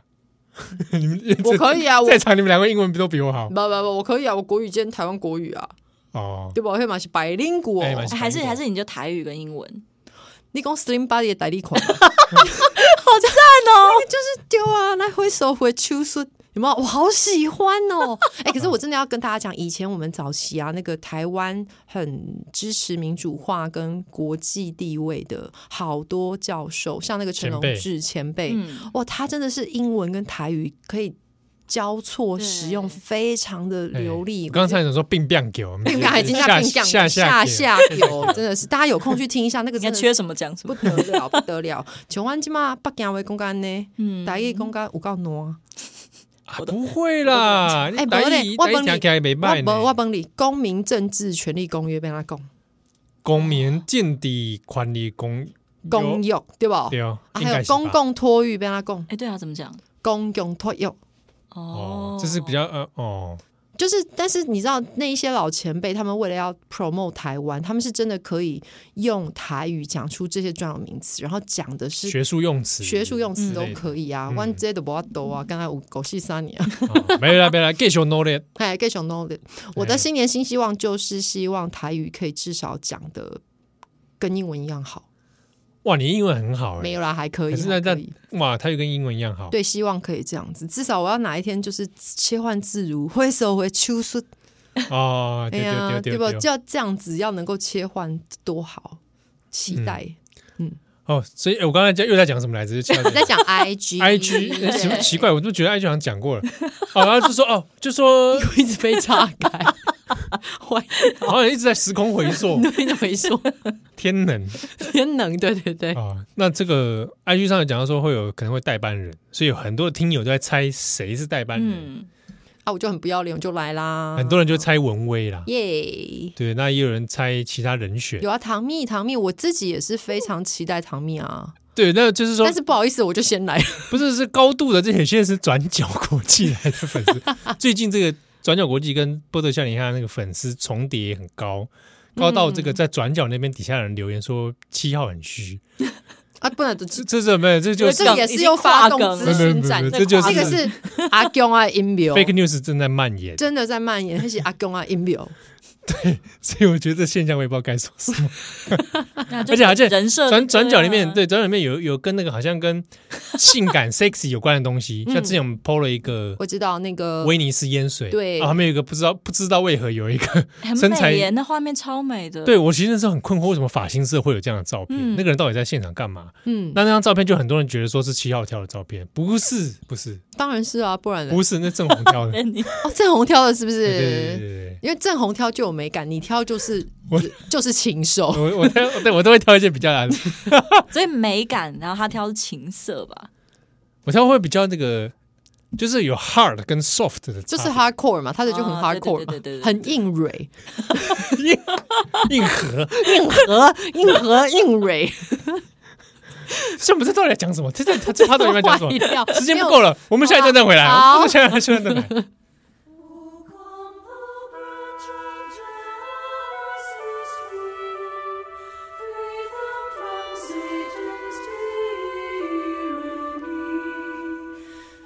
[SPEAKER 1] 你们
[SPEAKER 4] 我可以啊，我
[SPEAKER 1] 在场你们两个英文都比我好
[SPEAKER 4] 不不不，我可以啊，我国语兼台湾国语啊，
[SPEAKER 1] 哦。
[SPEAKER 4] 对吧？我会嘛是百灵果，
[SPEAKER 1] 哎嘛是
[SPEAKER 3] 哎还是还是你就台语跟英文，
[SPEAKER 4] 你讲 slim body 的代理款，好赞哦！就是丢啊，来回手回秋笋，有没有？我好喜欢哦！哎、可是我真的要跟大家讲，以前我们早期啊，那个台湾很支持民主化跟国际地位的好多教授，像那个陈
[SPEAKER 1] 前
[SPEAKER 4] 荣
[SPEAKER 1] 辈
[SPEAKER 4] 志前辈，
[SPEAKER 3] 嗯，
[SPEAKER 4] 哇，他真的是英文跟台语可以交错使用，
[SPEAKER 3] 对
[SPEAKER 4] 非常的
[SPEAKER 1] 哎
[SPEAKER 4] 流利。
[SPEAKER 1] 我刚才想说病病狗，
[SPEAKER 4] 并不还真
[SPEAKER 1] 下
[SPEAKER 4] 的并降
[SPEAKER 1] 下
[SPEAKER 4] 下
[SPEAKER 1] 狗
[SPEAKER 4] 下游，真的是大家有空去听一下那个
[SPEAKER 3] 你
[SPEAKER 4] 真
[SPEAKER 3] 要
[SPEAKER 4] 的是
[SPEAKER 3] 缺什么讲 什
[SPEAKER 4] 不
[SPEAKER 3] 么，
[SPEAKER 4] 得了，不得了！像阮即马北京话讲干呢，
[SPEAKER 3] 嗯，
[SPEAKER 4] 台语讲干有够烂。
[SPEAKER 1] 啊不会啦，
[SPEAKER 4] 哎
[SPEAKER 1] 你
[SPEAKER 4] 不嘞
[SPEAKER 1] 台语
[SPEAKER 4] 我
[SPEAKER 1] 台语
[SPEAKER 4] 问你
[SPEAKER 1] 听起来没
[SPEAKER 4] 我
[SPEAKER 1] 卖
[SPEAKER 4] 无我
[SPEAKER 1] 呢。
[SPEAKER 4] 问你，《公民政治权利公约》被他讲
[SPEAKER 1] 公民见底管理公
[SPEAKER 4] 公约对不？
[SPEAKER 1] 对哦，
[SPEAKER 4] 啊，
[SPEAKER 1] 应
[SPEAKER 4] 还
[SPEAKER 1] 该
[SPEAKER 4] 有
[SPEAKER 1] 是吧
[SPEAKER 4] 公共托育被他讲
[SPEAKER 3] 哎，对啊，怎么讲？
[SPEAKER 4] 公共托育，
[SPEAKER 1] 哦，这是比较呃哦，
[SPEAKER 4] 就是但是你知道那一些老前辈，他们为了要 promote 台湾，他们是真的可以用台语讲出这些专有名词，然后讲的是。
[SPEAKER 1] 学术用词，
[SPEAKER 4] 学术用词都
[SPEAKER 1] 嗯
[SPEAKER 4] 可以啊
[SPEAKER 1] 嗯
[SPEAKER 4] ，one day 的不多啊，刚才我狗戏三年啊，
[SPEAKER 1] 哦没啦没啦，get your knowledge，
[SPEAKER 4] 哎，各种 knowledge。我的新年新希望就是希望台语可以至少讲的跟英文一样好，
[SPEAKER 1] 哇，你英文很好哎
[SPEAKER 4] 没，有啦，还可以，
[SPEAKER 1] 可是那
[SPEAKER 4] 还可以
[SPEAKER 1] 那哇，它又跟英文一样好，
[SPEAKER 4] 对，希望可以这样子。至少我要哪一天就是切换自如，挥手回秋树，
[SPEAKER 1] 啊哦，
[SPEAKER 4] 哎
[SPEAKER 1] 对对
[SPEAKER 4] 呀，
[SPEAKER 1] 对
[SPEAKER 4] 对
[SPEAKER 1] 对
[SPEAKER 4] 吧？
[SPEAKER 1] 对
[SPEAKER 4] 就要这样子，要能够切换多好，期待。
[SPEAKER 1] 哦，所以哎我刚才在又在讲什么来 着？就
[SPEAKER 4] 我在 讲 IG
[SPEAKER 1] I G 奇奇，怪，我就觉得 I G 好像讲过了，哦，然后就说哦，就
[SPEAKER 4] 对
[SPEAKER 1] 说
[SPEAKER 4] 因为一直被岔开，坏
[SPEAKER 1] 好像一直在时空回 溯，
[SPEAKER 4] 对的回说
[SPEAKER 1] 天能
[SPEAKER 4] 天能，对对对，
[SPEAKER 1] 啊！那这个 IG 上有讲到说会有可能会代班人，所以有很多听友都在猜谁是代班人，
[SPEAKER 3] 嗯，
[SPEAKER 4] 啊，我就很不要脸，我就来啦，
[SPEAKER 1] 很多人就猜文威啦，
[SPEAKER 4] 耶。
[SPEAKER 1] 对，那也有人猜其他人选，
[SPEAKER 4] 有啊，唐蜜，唐蜜，我自己也是非常期待唐蜜啊，
[SPEAKER 1] 对，那就是说
[SPEAKER 4] 但是不好意思，我就先来了。
[SPEAKER 1] 不是是高度的，这有些人是转角国际来的粉丝。最近这个转角国际跟波特夏林汉那个粉丝重叠也很高，高到这个在转角那边底下有人留言说七号很虚，
[SPEAKER 4] 啊，不然这
[SPEAKER 1] 这这怎么办这就
[SPEAKER 4] 这个也是又发动资讯战，
[SPEAKER 1] 已经跨梗了这就是
[SPEAKER 4] 这个是阿公啊阴谋，
[SPEAKER 1] fake news 正在蔓延，
[SPEAKER 4] 真的在蔓延，那是阿公啊阴谋，
[SPEAKER 1] 所以我觉得这现象我也不知道该说什么。
[SPEAKER 3] 那就
[SPEAKER 1] 而且而且
[SPEAKER 3] 人设
[SPEAKER 1] 转转角里
[SPEAKER 3] 对
[SPEAKER 1] 面，
[SPEAKER 3] 啊
[SPEAKER 1] 对转角里面有有跟那个好像跟性感 sexy 有关的东西，像之前我们 PO 了一个
[SPEAKER 4] 我知道那个
[SPEAKER 1] 威尼斯烟水，
[SPEAKER 4] 嗯对
[SPEAKER 1] 啊，他们有一个不知道不知道为何有一个
[SPEAKER 3] 很
[SPEAKER 1] 身材
[SPEAKER 3] 美耶，那画面超美的，
[SPEAKER 1] 对我其实那时候很困惑，为什么发型社会有这样的照片？
[SPEAKER 3] 嗯
[SPEAKER 1] 那个人到底在现场干嘛？
[SPEAKER 4] 嗯，
[SPEAKER 1] 那那张照片就很多人觉得说是七号挑的照片，不是，不是，
[SPEAKER 4] 当然是啊，不然嘞
[SPEAKER 1] 不是，那正红挑 的。
[SPEAKER 3] 哎，你
[SPEAKER 4] 哦，郑红挑的是不
[SPEAKER 1] 对对对对
[SPEAKER 4] 是？
[SPEAKER 1] 对，
[SPEAKER 4] 因为郑红挑就有美感，你挑就是
[SPEAKER 1] 我
[SPEAKER 4] 就是 禽兽，
[SPEAKER 1] 我我挑对我都会挑一些比较难的。
[SPEAKER 3] 所以美感，然后他挑情色吧，
[SPEAKER 1] 我才会比较那个，就是有 hard 跟 soft 的差别，
[SPEAKER 4] 就是 hardcore 嘛，他的就很
[SPEAKER 3] 啊对
[SPEAKER 4] hardcore，
[SPEAKER 3] 对对对对对
[SPEAKER 4] 嘛很硬蕊，
[SPEAKER 1] 硬核。
[SPEAKER 4] 硬核，硬核，硬蕊。
[SPEAKER 1] 这不知道在讲什么，这这他这他到底在讲什
[SPEAKER 4] 坏
[SPEAKER 1] 么？
[SPEAKER 4] 掉
[SPEAKER 1] 时间不够了，我们下一站再回来。
[SPEAKER 4] 好啊
[SPEAKER 1] 我们下一站再回来。
[SPEAKER 5] Who come the branch of Jesse's tree, free them from Satan's tyranny,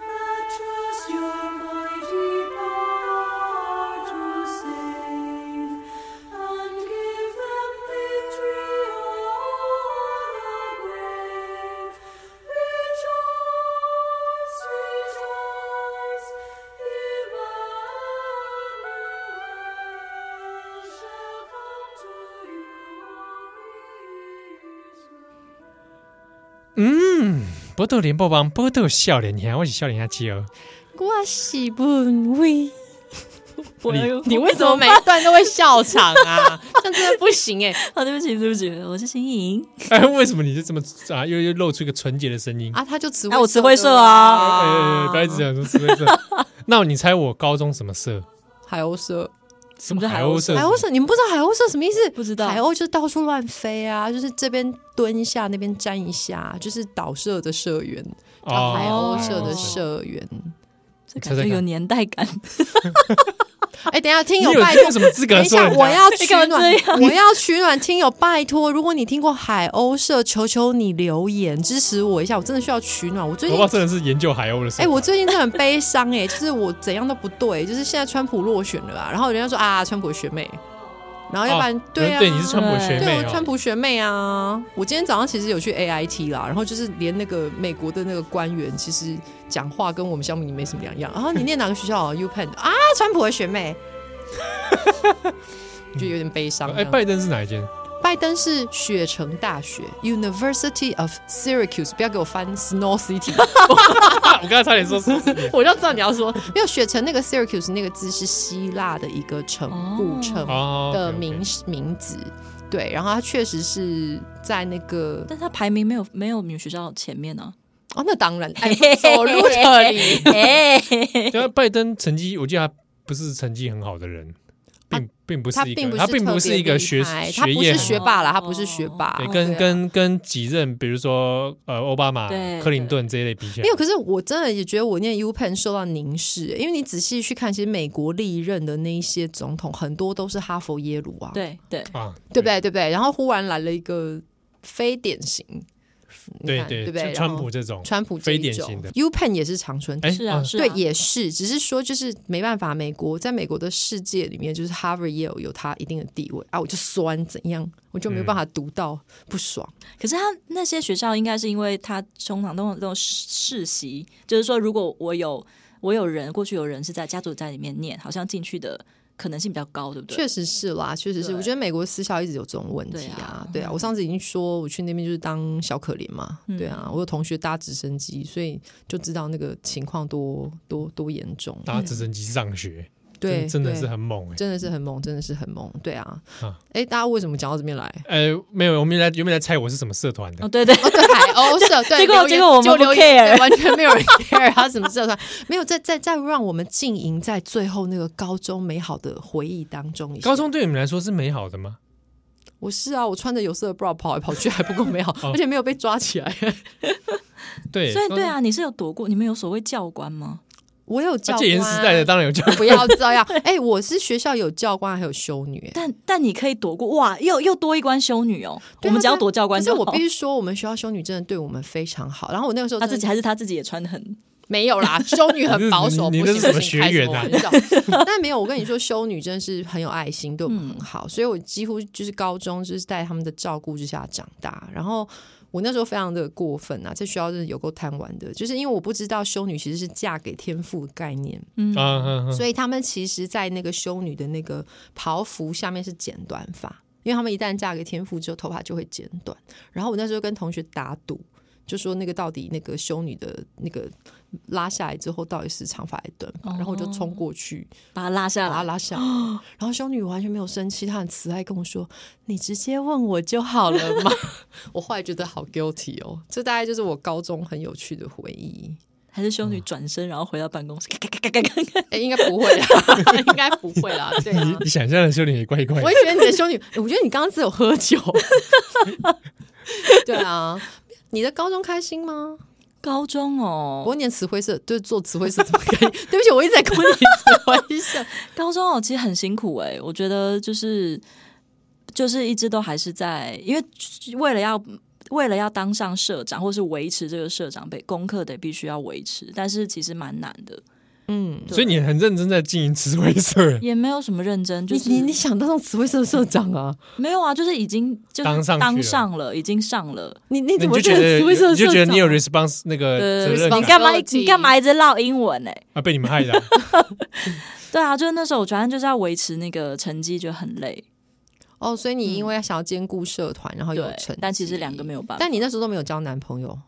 [SPEAKER 5] and trust your mighty power to save, and give them victory o'er the grave. Rejoice, rejoice, Emmanuel shall come to you, O Israel.
[SPEAKER 1] 波特连播帮波特笑脸，你还我是笑脸哦下企鹅，
[SPEAKER 4] 我喜不为，
[SPEAKER 3] 我
[SPEAKER 4] 你为什么每一段都会笑场啊？这样真的不行哎、
[SPEAKER 3] 啊？对不起，对不起，我是新颖。
[SPEAKER 1] 哎，为什么你就这么啊？又又露出一个纯洁的声音？
[SPEAKER 4] 啊！他就词
[SPEAKER 3] 哎我词汇社
[SPEAKER 4] 的
[SPEAKER 1] 哎
[SPEAKER 3] 啊
[SPEAKER 1] 哎，哎不要一直讲什么词汇 社。那你猜我高中什么社？
[SPEAKER 4] 海鸥社，
[SPEAKER 1] 什
[SPEAKER 3] 么叫
[SPEAKER 1] 海
[SPEAKER 3] 海
[SPEAKER 1] 鸥
[SPEAKER 3] 鸥
[SPEAKER 1] 社？
[SPEAKER 4] 海鸥社，你们不知道海鸥社什么意思？
[SPEAKER 3] 不知道
[SPEAKER 4] 海鸥就是到处乱飞啊，就是这边蹲一下，那边站一下，就是导社的社员，叫
[SPEAKER 1] 哦
[SPEAKER 4] 海鸥社
[SPEAKER 1] 社
[SPEAKER 4] 的社员。
[SPEAKER 3] 这
[SPEAKER 1] 猜
[SPEAKER 3] 感
[SPEAKER 1] 猜
[SPEAKER 3] 觉
[SPEAKER 1] 看
[SPEAKER 3] 有年代感，
[SPEAKER 4] 哎、等一下，听
[SPEAKER 1] 你
[SPEAKER 4] 友
[SPEAKER 1] 有
[SPEAKER 4] 拜
[SPEAKER 1] 你
[SPEAKER 4] 托
[SPEAKER 1] 有，什么资
[SPEAKER 4] 等
[SPEAKER 1] 格
[SPEAKER 4] 一
[SPEAKER 1] 说
[SPEAKER 4] 下，
[SPEAKER 1] 人家？
[SPEAKER 4] 我要
[SPEAKER 3] 你
[SPEAKER 4] 取
[SPEAKER 3] 哎干嘛
[SPEAKER 4] 暖
[SPEAKER 3] 这，
[SPEAKER 4] 我要取暖。听友，拜托，如果你听过海鸥社，求求你留言支持我一下，我真的需要取暖。我最
[SPEAKER 1] 我
[SPEAKER 4] 近
[SPEAKER 1] 爸真的是研究海鸥的社。
[SPEAKER 4] 哎、我最近真的很悲伤哎、就是我怎样都不对，就是现在川普落选了啊，然后人家说啊，川普学妹，然后要不然、
[SPEAKER 1] 哦
[SPEAKER 4] 对啊，
[SPEAKER 1] 对你是川普的学
[SPEAKER 4] 对
[SPEAKER 1] 妹
[SPEAKER 4] 我川
[SPEAKER 1] 哦。
[SPEAKER 4] 普学妹啊，我今天早上其实有去 A I T 啦，然后就是连那个美国的那个官员，其实讲话跟我们小米没什么两样。然后你念哪个学校啊？U Penn 啊，川普的学妹，就有点悲伤。
[SPEAKER 1] 哎，拜登是哪一间？
[SPEAKER 4] 拜登是雪城大学 University of Syracuse，不要给我翻 Snow City。
[SPEAKER 1] 啊我刚才差点说 是
[SPEAKER 4] 我就知道你要说，没有雪城那个 Syracuse 那个字是希腊的一个城古
[SPEAKER 3] 哦
[SPEAKER 4] 城
[SPEAKER 1] 哦
[SPEAKER 4] 的
[SPEAKER 1] OK，OK
[SPEAKER 4] 名名字，对，然后它确实是在那个
[SPEAKER 3] 但他排名没有没有女学校前面 呢、
[SPEAKER 4] 哦，那当然，哎，走路这里，
[SPEAKER 3] 哎，
[SPEAKER 1] 对啊，拜登成绩，我记得他不是成绩很好的人，并并不是
[SPEAKER 4] 啊他
[SPEAKER 1] 一
[SPEAKER 4] 并
[SPEAKER 1] 个，
[SPEAKER 4] 不
[SPEAKER 1] 他
[SPEAKER 4] 是
[SPEAKER 1] 并不是一个学
[SPEAKER 4] 特别厉害他
[SPEAKER 1] 学
[SPEAKER 4] 不
[SPEAKER 1] 业
[SPEAKER 4] 是
[SPEAKER 1] 很
[SPEAKER 4] 学霸啦，他不是学霸，
[SPEAKER 1] 对，
[SPEAKER 4] 哦
[SPEAKER 1] 跟
[SPEAKER 4] 啊
[SPEAKER 1] 跟跟几任，比如说呃奥巴马
[SPEAKER 3] 对、
[SPEAKER 1] 克林顿这一类比起来
[SPEAKER 4] 没有，，可是我真的也觉得我念 U Penn 受到凝视，因为你仔细去看，其实美国历任的那一些总统，很多都是哈佛、耶鲁啊，
[SPEAKER 3] 对对，
[SPEAKER 1] 啊，
[SPEAKER 4] 对不对？对不对？然后忽然来了一个非典型，你
[SPEAKER 1] 对？
[SPEAKER 4] 看
[SPEAKER 1] 对
[SPEAKER 4] 对不对？
[SPEAKER 1] 像川
[SPEAKER 4] 然后
[SPEAKER 1] 普这种，
[SPEAKER 4] 川普这
[SPEAKER 1] 非
[SPEAKER 4] 一
[SPEAKER 1] 典
[SPEAKER 4] 种
[SPEAKER 1] 型的
[SPEAKER 4] U Penn 也是长春。
[SPEAKER 1] 哎
[SPEAKER 3] 是啊是啊，
[SPEAKER 4] 对，也是，只是说就是没办法，美国在美国的世界里面，就是 Harvard、Yale 有它一定的地位啊，我就酸怎样，我就没有办法读到、
[SPEAKER 3] 嗯
[SPEAKER 4] 不爽。
[SPEAKER 3] 可是他那些学校应该是因为他通常都有这种世袭，就是说，如果我有我有人过去有人是在家族在里面念，好像进去的可能性比较高，对不对？
[SPEAKER 4] 确实是啦，确实是，
[SPEAKER 3] 对
[SPEAKER 4] 我觉得美国私校一直有这种问题
[SPEAKER 3] 对
[SPEAKER 4] 啊
[SPEAKER 3] 啊，
[SPEAKER 4] 对啊，我上次已经说我去那边就是当小可怜嘛，
[SPEAKER 3] 嗯
[SPEAKER 4] 对啊，我有同学搭直升机，所以就知道那个情况多多多严重，
[SPEAKER 1] 搭直升机上学，
[SPEAKER 4] 嗯对，
[SPEAKER 1] 真真的是
[SPEAKER 4] 对
[SPEAKER 1] 很猛哎。
[SPEAKER 4] 真的是很猛，真的是很猛，对啊
[SPEAKER 1] 啊，
[SPEAKER 4] 哎，大家为什么讲到这边来？
[SPEAKER 1] 呃，没有，我们来有没有来猜我是什么社团
[SPEAKER 3] 哦，
[SPEAKER 1] 的？
[SPEAKER 3] 对对，
[SPEAKER 4] 哦，对海鸥社，对，
[SPEAKER 3] 结果
[SPEAKER 4] 留言
[SPEAKER 3] 结果我们
[SPEAKER 4] 就
[SPEAKER 3] 不
[SPEAKER 4] 留言
[SPEAKER 3] care
[SPEAKER 4] 对完全没有人 care 他什么社团，没有再再再让我们浸淫在最后那个高中美好的回忆当中一下。
[SPEAKER 1] 高中对你们来说是美好的吗？
[SPEAKER 4] 我是啊，我穿着有色的 bra 跑来跑去还不够美好，
[SPEAKER 1] 哦
[SPEAKER 4] 而且没有被抓起来。
[SPEAKER 3] 哦
[SPEAKER 1] 对，
[SPEAKER 3] 所以
[SPEAKER 1] 高中
[SPEAKER 3] 对，啊，你是有躲过，你们有所谓教官吗？
[SPEAKER 4] 我有
[SPEAKER 1] 那
[SPEAKER 4] 教
[SPEAKER 1] 戒严时代的
[SPEAKER 4] 官，
[SPEAKER 1] 当然 有教，
[SPEAKER 4] 不要这 样。哎、我是学校有教官还有修女、哎
[SPEAKER 3] 但但你可以躲过，哇，又又多一关修女哦，
[SPEAKER 4] 对啊
[SPEAKER 3] 我们只要
[SPEAKER 4] 对啊
[SPEAKER 3] 躲教官
[SPEAKER 4] 可是
[SPEAKER 3] 就
[SPEAKER 4] 我
[SPEAKER 3] 好
[SPEAKER 4] 必。须说，我们学校修女真的对我们非常好。然后我那个时候
[SPEAKER 3] 他
[SPEAKER 4] 真
[SPEAKER 3] 自
[SPEAKER 4] 的
[SPEAKER 3] 己还是他自己也穿的很，
[SPEAKER 4] 没有 啦，修女很保守，
[SPEAKER 1] 你
[SPEAKER 4] 不
[SPEAKER 1] 这
[SPEAKER 4] 行
[SPEAKER 1] 你这是什
[SPEAKER 4] 不行，
[SPEAKER 1] 么学员啊
[SPEAKER 4] 开什么玩 笑？但没有，我跟你说，修女真的是很有爱心，对我们很好，所以我几乎就是高中就是在他们的照顾之下长大。然后我那时候非常的过分啊，在学校真的有够贪玩的，就是因为我不知道修女其实是嫁给天父的概念，
[SPEAKER 1] 啊啊啊
[SPEAKER 4] 嗯所以他们其实，在那个修女的那个袍服下面是剪短发，因为他们一旦嫁给天父之后，头发就会剪短。然后我那时候跟同学打赌，就说那个到底那个修女的那个拉下来之后到底是长发还是短发，
[SPEAKER 3] 哦
[SPEAKER 4] 然后我就冲过去
[SPEAKER 3] 把他拉下
[SPEAKER 4] 把她
[SPEAKER 3] 来。
[SPEAKER 4] 拉下来，然后修女完全没有生气，她很慈爱跟我说：“你直接问我就好了嘛。” 我后来觉得好 guilty 哦，这大概就是我高中很有趣的回忆。
[SPEAKER 3] 还是
[SPEAKER 4] 嗯
[SPEAKER 3] 修女转身，然后回到办公室，咔咔咔咔咔咔
[SPEAKER 4] 哎、应该不会啦， 应该不会啦，对啊。
[SPEAKER 1] 你想象的修炼也怪怪
[SPEAKER 4] 我
[SPEAKER 1] 的，
[SPEAKER 4] 也觉得你的修女， 我觉得你刚刚只有喝酒。 对啊，你的高中开心吗？
[SPEAKER 3] 高中哦，
[SPEAKER 4] 我念词汇社，就是做词汇社怎么可以？ 对不起，我一直在攻你词 汇社。
[SPEAKER 3] 高中哦，其实很辛苦哎、我觉得就是就是一直都还是在，因为为了要为了要当上社长，或是维持这个社长被功课得必须要维持，但是其实蛮难的，
[SPEAKER 4] 嗯，
[SPEAKER 1] 所以你很认真在经营词汇社，
[SPEAKER 3] 也没有什么认真，就是
[SPEAKER 4] 你你你想当上词汇社社长啊？
[SPEAKER 3] 没有啊，就是已经就是
[SPEAKER 1] 当上去了
[SPEAKER 3] 当上了，已经上了，
[SPEAKER 4] 你 你
[SPEAKER 1] 那
[SPEAKER 4] 怎
[SPEAKER 1] 你
[SPEAKER 4] 么
[SPEAKER 1] 就
[SPEAKER 4] 觉
[SPEAKER 1] 觉
[SPEAKER 4] 得
[SPEAKER 1] 得
[SPEAKER 4] 词汇社社
[SPEAKER 1] 你就
[SPEAKER 4] 长？呃
[SPEAKER 1] 觉得你有 response 那个责
[SPEAKER 3] 对
[SPEAKER 1] 任
[SPEAKER 3] 你
[SPEAKER 1] 感
[SPEAKER 3] 干嘛你
[SPEAKER 2] responsibility
[SPEAKER 3] 干嘛一直唠英文呢、
[SPEAKER 1] 啊，被你们害 的啊。
[SPEAKER 3] 对啊，就是那时候我反正就是要维持那个成绩，就很累，
[SPEAKER 4] 哦，所以你因为想要兼顾社团，然后哦有
[SPEAKER 3] 对
[SPEAKER 4] 成绩，，
[SPEAKER 3] 但其实两个没有办法，
[SPEAKER 4] 但你那时候都没有交男朋友。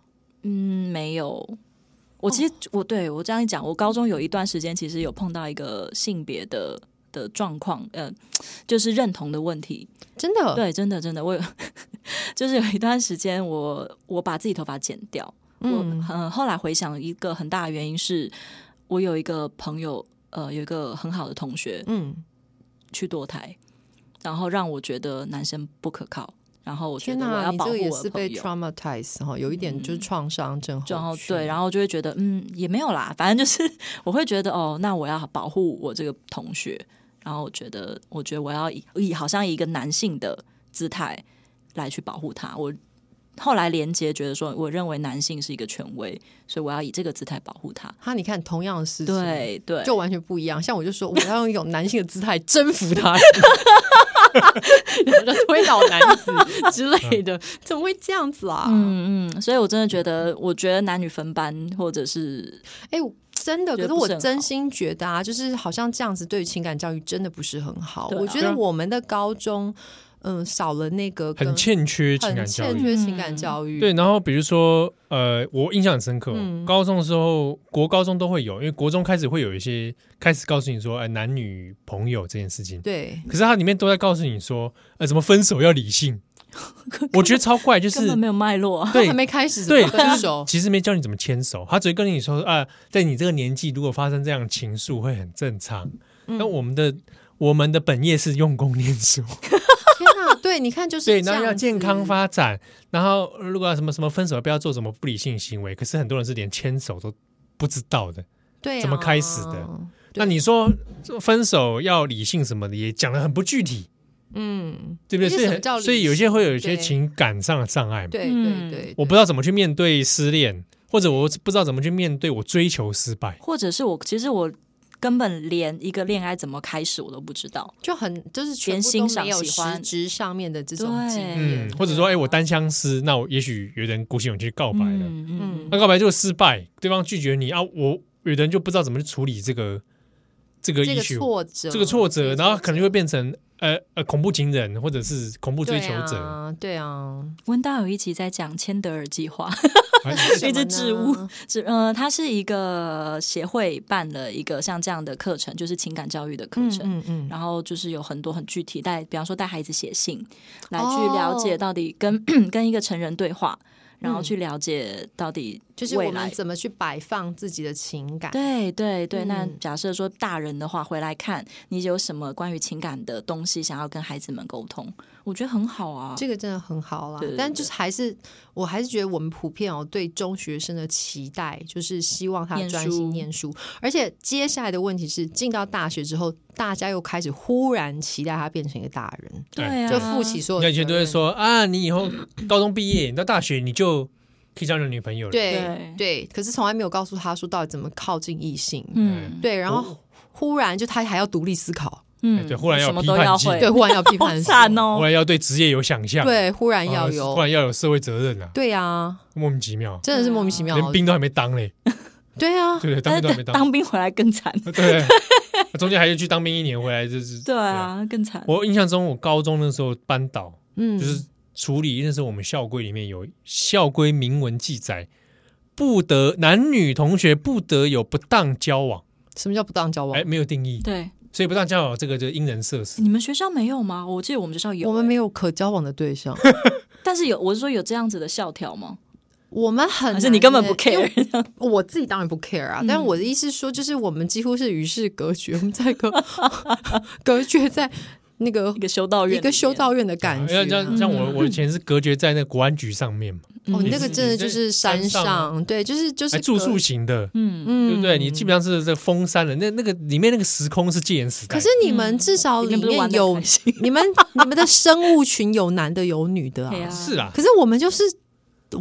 [SPEAKER 3] 嗯，没有。我其实、我对我这样一讲，我高中有一段时间其实有碰到一个性别的的状况，呃，就是认同的问题。
[SPEAKER 4] 真的，
[SPEAKER 3] 对，真的真的，我有 就是有一段时间我我把自己头发剪掉，
[SPEAKER 4] 嗯
[SPEAKER 3] 我呃后来回想一个很大的原因是我有一个朋友，呃，有一个很好的同学
[SPEAKER 4] 嗯，
[SPEAKER 3] 去堕胎，然后让我觉得男生不可靠，然后我觉
[SPEAKER 4] 天
[SPEAKER 3] 得我要
[SPEAKER 4] 你
[SPEAKER 3] 保
[SPEAKER 4] 这
[SPEAKER 3] 护
[SPEAKER 4] 个也
[SPEAKER 3] 我
[SPEAKER 4] 是
[SPEAKER 3] 的
[SPEAKER 4] 被
[SPEAKER 3] 朋友。
[SPEAKER 4] traumatize 哈，有一点就是创伤症
[SPEAKER 3] 然
[SPEAKER 4] 候
[SPEAKER 3] 后
[SPEAKER 4] 群。
[SPEAKER 3] 对，然后就会觉得嗯也没有啦，反正就是 我会觉得哦，那我要保护我这个同学，然后我觉得我觉得我要以以好像以一个男性的姿态来去保护他。我后来连接觉得说，我认为男性是一个权威，所以我要以这个姿态保护他。
[SPEAKER 4] 哈，你看同样的事情，
[SPEAKER 3] 对对，
[SPEAKER 4] 就完全不一样。像我就说，我要用一种男性的姿态征 服他，然后就推倒男子之类
[SPEAKER 1] 嗯
[SPEAKER 4] 的，怎么会这样子啊？
[SPEAKER 3] 嗯嗯，所以我真的觉得，我觉得男女分班或者是
[SPEAKER 4] 哎、我真的，可
[SPEAKER 3] 觉得
[SPEAKER 4] 是
[SPEAKER 3] 不
[SPEAKER 4] 我
[SPEAKER 3] 是很
[SPEAKER 4] 真
[SPEAKER 3] 好
[SPEAKER 4] 心觉得啊，就是好像这样子对于情感教育真的不是很好。
[SPEAKER 3] 对啊
[SPEAKER 4] 我觉
[SPEAKER 1] 对
[SPEAKER 4] 得
[SPEAKER 1] 啊
[SPEAKER 4] 我们的高中，嗯，少了那个跟
[SPEAKER 1] 很欠缺情
[SPEAKER 4] 很
[SPEAKER 1] 感教
[SPEAKER 4] 欠
[SPEAKER 1] 育。嗯
[SPEAKER 4] 缺情感教
[SPEAKER 3] 嗯
[SPEAKER 4] 育。
[SPEAKER 1] 对，然后比如说，呃，我印象很深刻哦、
[SPEAKER 4] 嗯
[SPEAKER 1] 高中的时候，国高中都会有，因为国中开始会有一些开始告诉你说，哎、男女朋友这件事情，
[SPEAKER 4] 对
[SPEAKER 1] 可是它里面都在告诉你说，呃，怎么分手要理 性，我觉得超怪，就
[SPEAKER 3] 根
[SPEAKER 1] 是
[SPEAKER 3] 本没有脉络啊。
[SPEAKER 4] 都
[SPEAKER 1] 对
[SPEAKER 4] 还没开始
[SPEAKER 1] 对
[SPEAKER 4] 怎么 分手，
[SPEAKER 1] 其实没教你怎么牵手，他只会跟你说啊、在你这个年纪，如果发生这样的情愫会很正常。
[SPEAKER 3] 嗯
[SPEAKER 1] 那、我们的我们的本业是用功念书，
[SPEAKER 4] 天哪、对，你看就是
[SPEAKER 1] 对，
[SPEAKER 4] 这
[SPEAKER 1] 然后要
[SPEAKER 4] 样
[SPEAKER 1] 健康
[SPEAKER 4] 子
[SPEAKER 1] 发展，然后呃如果要什么什么分手，不要做什么不理性行为。可是很多人是连牵手都不知道的。
[SPEAKER 4] 对、啊，
[SPEAKER 1] 怎么开始的？
[SPEAKER 4] 对
[SPEAKER 1] 那你说这分手要理性什么的，也讲的很不具体，
[SPEAKER 4] 嗯，
[SPEAKER 1] 对不对？
[SPEAKER 4] 而且
[SPEAKER 1] 所以
[SPEAKER 4] 什么叫
[SPEAKER 1] 很
[SPEAKER 4] 理
[SPEAKER 1] 所以有些会有一些
[SPEAKER 4] 对
[SPEAKER 1] 情感上的障碍嘛。
[SPEAKER 4] 对对
[SPEAKER 3] 嗯
[SPEAKER 4] 对，
[SPEAKER 1] 我不知道怎么去面对失恋，或者我不知道怎么去面对我追求失败。
[SPEAKER 3] 或者是我其实我根本连一个恋爱怎么开始我都不知道。
[SPEAKER 4] 就很就是全
[SPEAKER 3] 连
[SPEAKER 4] 部
[SPEAKER 3] 欣
[SPEAKER 4] 都
[SPEAKER 3] 赏
[SPEAKER 4] 没有
[SPEAKER 3] 喜
[SPEAKER 4] 实
[SPEAKER 3] 欢
[SPEAKER 4] 质上面的这种
[SPEAKER 3] 对
[SPEAKER 4] 经
[SPEAKER 1] 嗯
[SPEAKER 4] 验，，
[SPEAKER 1] 或者说，哎、我单相思，那我也许有人鼓起勇气去告白了，
[SPEAKER 3] 嗯嗯嗯
[SPEAKER 4] 嗯，
[SPEAKER 1] 那告白就失败，对方拒绝你啊，我有的人就不知道怎么去处理这个这个
[SPEAKER 4] 这个
[SPEAKER 1] issue，
[SPEAKER 4] 挫折，
[SPEAKER 1] 这个挫折，然后可能就会
[SPEAKER 4] 被
[SPEAKER 1] 变成呃呃恐怖情人或者是恐怖追求 者，
[SPEAKER 4] 者，对啊，
[SPEAKER 3] 温大有一集在讲千德尔计划，
[SPEAKER 1] 哎
[SPEAKER 4] 对啊
[SPEAKER 3] 一只
[SPEAKER 4] 什
[SPEAKER 3] 植
[SPEAKER 4] 么
[SPEAKER 3] 物
[SPEAKER 4] 呢
[SPEAKER 3] 是呃，它是一个协会办了一个像这样的课程，就是情感教育的 课程。
[SPEAKER 4] 嗯嗯嗯，
[SPEAKER 3] 然后就是有很多很具体带，比方说带孩子写信，来去
[SPEAKER 4] 哦嗯
[SPEAKER 3] 了解到底跟、 跟一个成人对话，然后去了解到底
[SPEAKER 4] 就是
[SPEAKER 3] 未
[SPEAKER 4] 我
[SPEAKER 3] 来
[SPEAKER 4] 们怎么去摆放自己的情感，
[SPEAKER 3] 对对对，那
[SPEAKER 4] 嗯
[SPEAKER 3] 假设说大人的话，回来看你有什么关于情感的东西想要跟孩子们沟通，我觉得很好啊。
[SPEAKER 4] 这个真的很好啦
[SPEAKER 3] 对对，
[SPEAKER 4] 但
[SPEAKER 3] 对
[SPEAKER 4] 就是还是，我还是觉得我们普遍哦对中学生的期待就是希望他
[SPEAKER 3] 念
[SPEAKER 4] 专心
[SPEAKER 3] 书
[SPEAKER 4] 念书，而且接下来的问题是，进到大学之后，大家又开始忽然期待他变成一个大人，
[SPEAKER 3] 对
[SPEAKER 1] 哎
[SPEAKER 3] 啊，
[SPEAKER 4] 就负起所有
[SPEAKER 1] 那
[SPEAKER 4] 的
[SPEAKER 1] 以前都
[SPEAKER 4] 责
[SPEAKER 1] 会
[SPEAKER 4] 任
[SPEAKER 1] 说啊，你以后高中毕业，你到大学你就可以交你女朋友了。
[SPEAKER 4] 对对，可是从来没有告诉他说到底怎么靠近异性，
[SPEAKER 3] 嗯
[SPEAKER 4] 对，然
[SPEAKER 1] 哦
[SPEAKER 4] 后忽然就他还要独立思考，
[SPEAKER 1] 哎
[SPEAKER 3] 嗯，
[SPEAKER 1] 对忽然要
[SPEAKER 3] 什么
[SPEAKER 1] 批
[SPEAKER 3] 都
[SPEAKER 1] 判
[SPEAKER 3] 要
[SPEAKER 1] 性
[SPEAKER 3] 会，
[SPEAKER 4] 对，忽然要批判
[SPEAKER 3] 好
[SPEAKER 4] 说，
[SPEAKER 3] 惨哦
[SPEAKER 1] 后。来要对职业有想象，
[SPEAKER 4] 对，忽然
[SPEAKER 1] 啊，
[SPEAKER 4] 要
[SPEAKER 1] 突
[SPEAKER 4] 有，
[SPEAKER 1] 然要有社会责任啊，
[SPEAKER 4] 对啊，
[SPEAKER 1] 莫名其妙，
[SPEAKER 4] 真的是莫名其妙，
[SPEAKER 1] 啊连兵都还没当嘞，
[SPEAKER 4] 对啊，
[SPEAKER 1] 对不对？当
[SPEAKER 3] 但
[SPEAKER 1] 兵都还
[SPEAKER 3] 是
[SPEAKER 1] 没
[SPEAKER 3] 当兵回来更惨，
[SPEAKER 1] 对， 中间还要去当兵一年回来，就是
[SPEAKER 3] 啊
[SPEAKER 1] 啊
[SPEAKER 3] 对。啊，更惨。
[SPEAKER 1] 我印象中，我高中的时候班导
[SPEAKER 4] 嗯，
[SPEAKER 1] 就是处理那时候我们校规里面有校规明文记载，不得男女同学不得有不当交往，
[SPEAKER 4] 什么叫不当交往
[SPEAKER 1] 哎，？没有定义，
[SPEAKER 3] 对，
[SPEAKER 1] 所以不当交往这个就因人设施。
[SPEAKER 3] 你们学校没有吗？我记得我们学校有、
[SPEAKER 4] 我们
[SPEAKER 3] 欸
[SPEAKER 4] 没有可交往的 对象，
[SPEAKER 3] 但是有，我是说有这样子的校条吗？
[SPEAKER 4] 我们很
[SPEAKER 3] 还是你根本不
[SPEAKER 4] 难欸因为
[SPEAKER 3] care？嗯
[SPEAKER 4] 我自己当然不 care 啊，但我的意思是说，就是我们几乎是与世隔绝，我们在 隔隔绝在那个
[SPEAKER 3] 一个修道院里
[SPEAKER 4] 一
[SPEAKER 3] 面，
[SPEAKER 4] 个修道院的感觉
[SPEAKER 1] 要像
[SPEAKER 4] 啊。
[SPEAKER 1] 像我，我以前是隔绝在那国安局上面嘛，
[SPEAKER 3] 嗯
[SPEAKER 4] 哦，你
[SPEAKER 1] 你
[SPEAKER 4] 那个
[SPEAKER 1] 是
[SPEAKER 4] 真的
[SPEAKER 1] 你
[SPEAKER 4] 就
[SPEAKER 1] 在
[SPEAKER 4] 是
[SPEAKER 1] 山
[SPEAKER 4] 山
[SPEAKER 1] 上
[SPEAKER 4] 上，对，就是就是
[SPEAKER 1] 还住
[SPEAKER 4] 隔
[SPEAKER 1] 宿，型的，
[SPEAKER 3] 嗯，
[SPEAKER 4] 嗯
[SPEAKER 1] 对不对？你基本上是这封山了，那那个里面那个时空是戒严时代。
[SPEAKER 4] 可是你们至少
[SPEAKER 3] 里
[SPEAKER 4] 嗯里
[SPEAKER 3] 嗯面不是
[SPEAKER 4] 面
[SPEAKER 3] 玩得
[SPEAKER 4] 有
[SPEAKER 3] 很开心
[SPEAKER 4] 你们 你们的生物群有男的有女的
[SPEAKER 3] 对
[SPEAKER 4] 啊
[SPEAKER 3] 啊，
[SPEAKER 1] 是啦，
[SPEAKER 4] 可是我们就是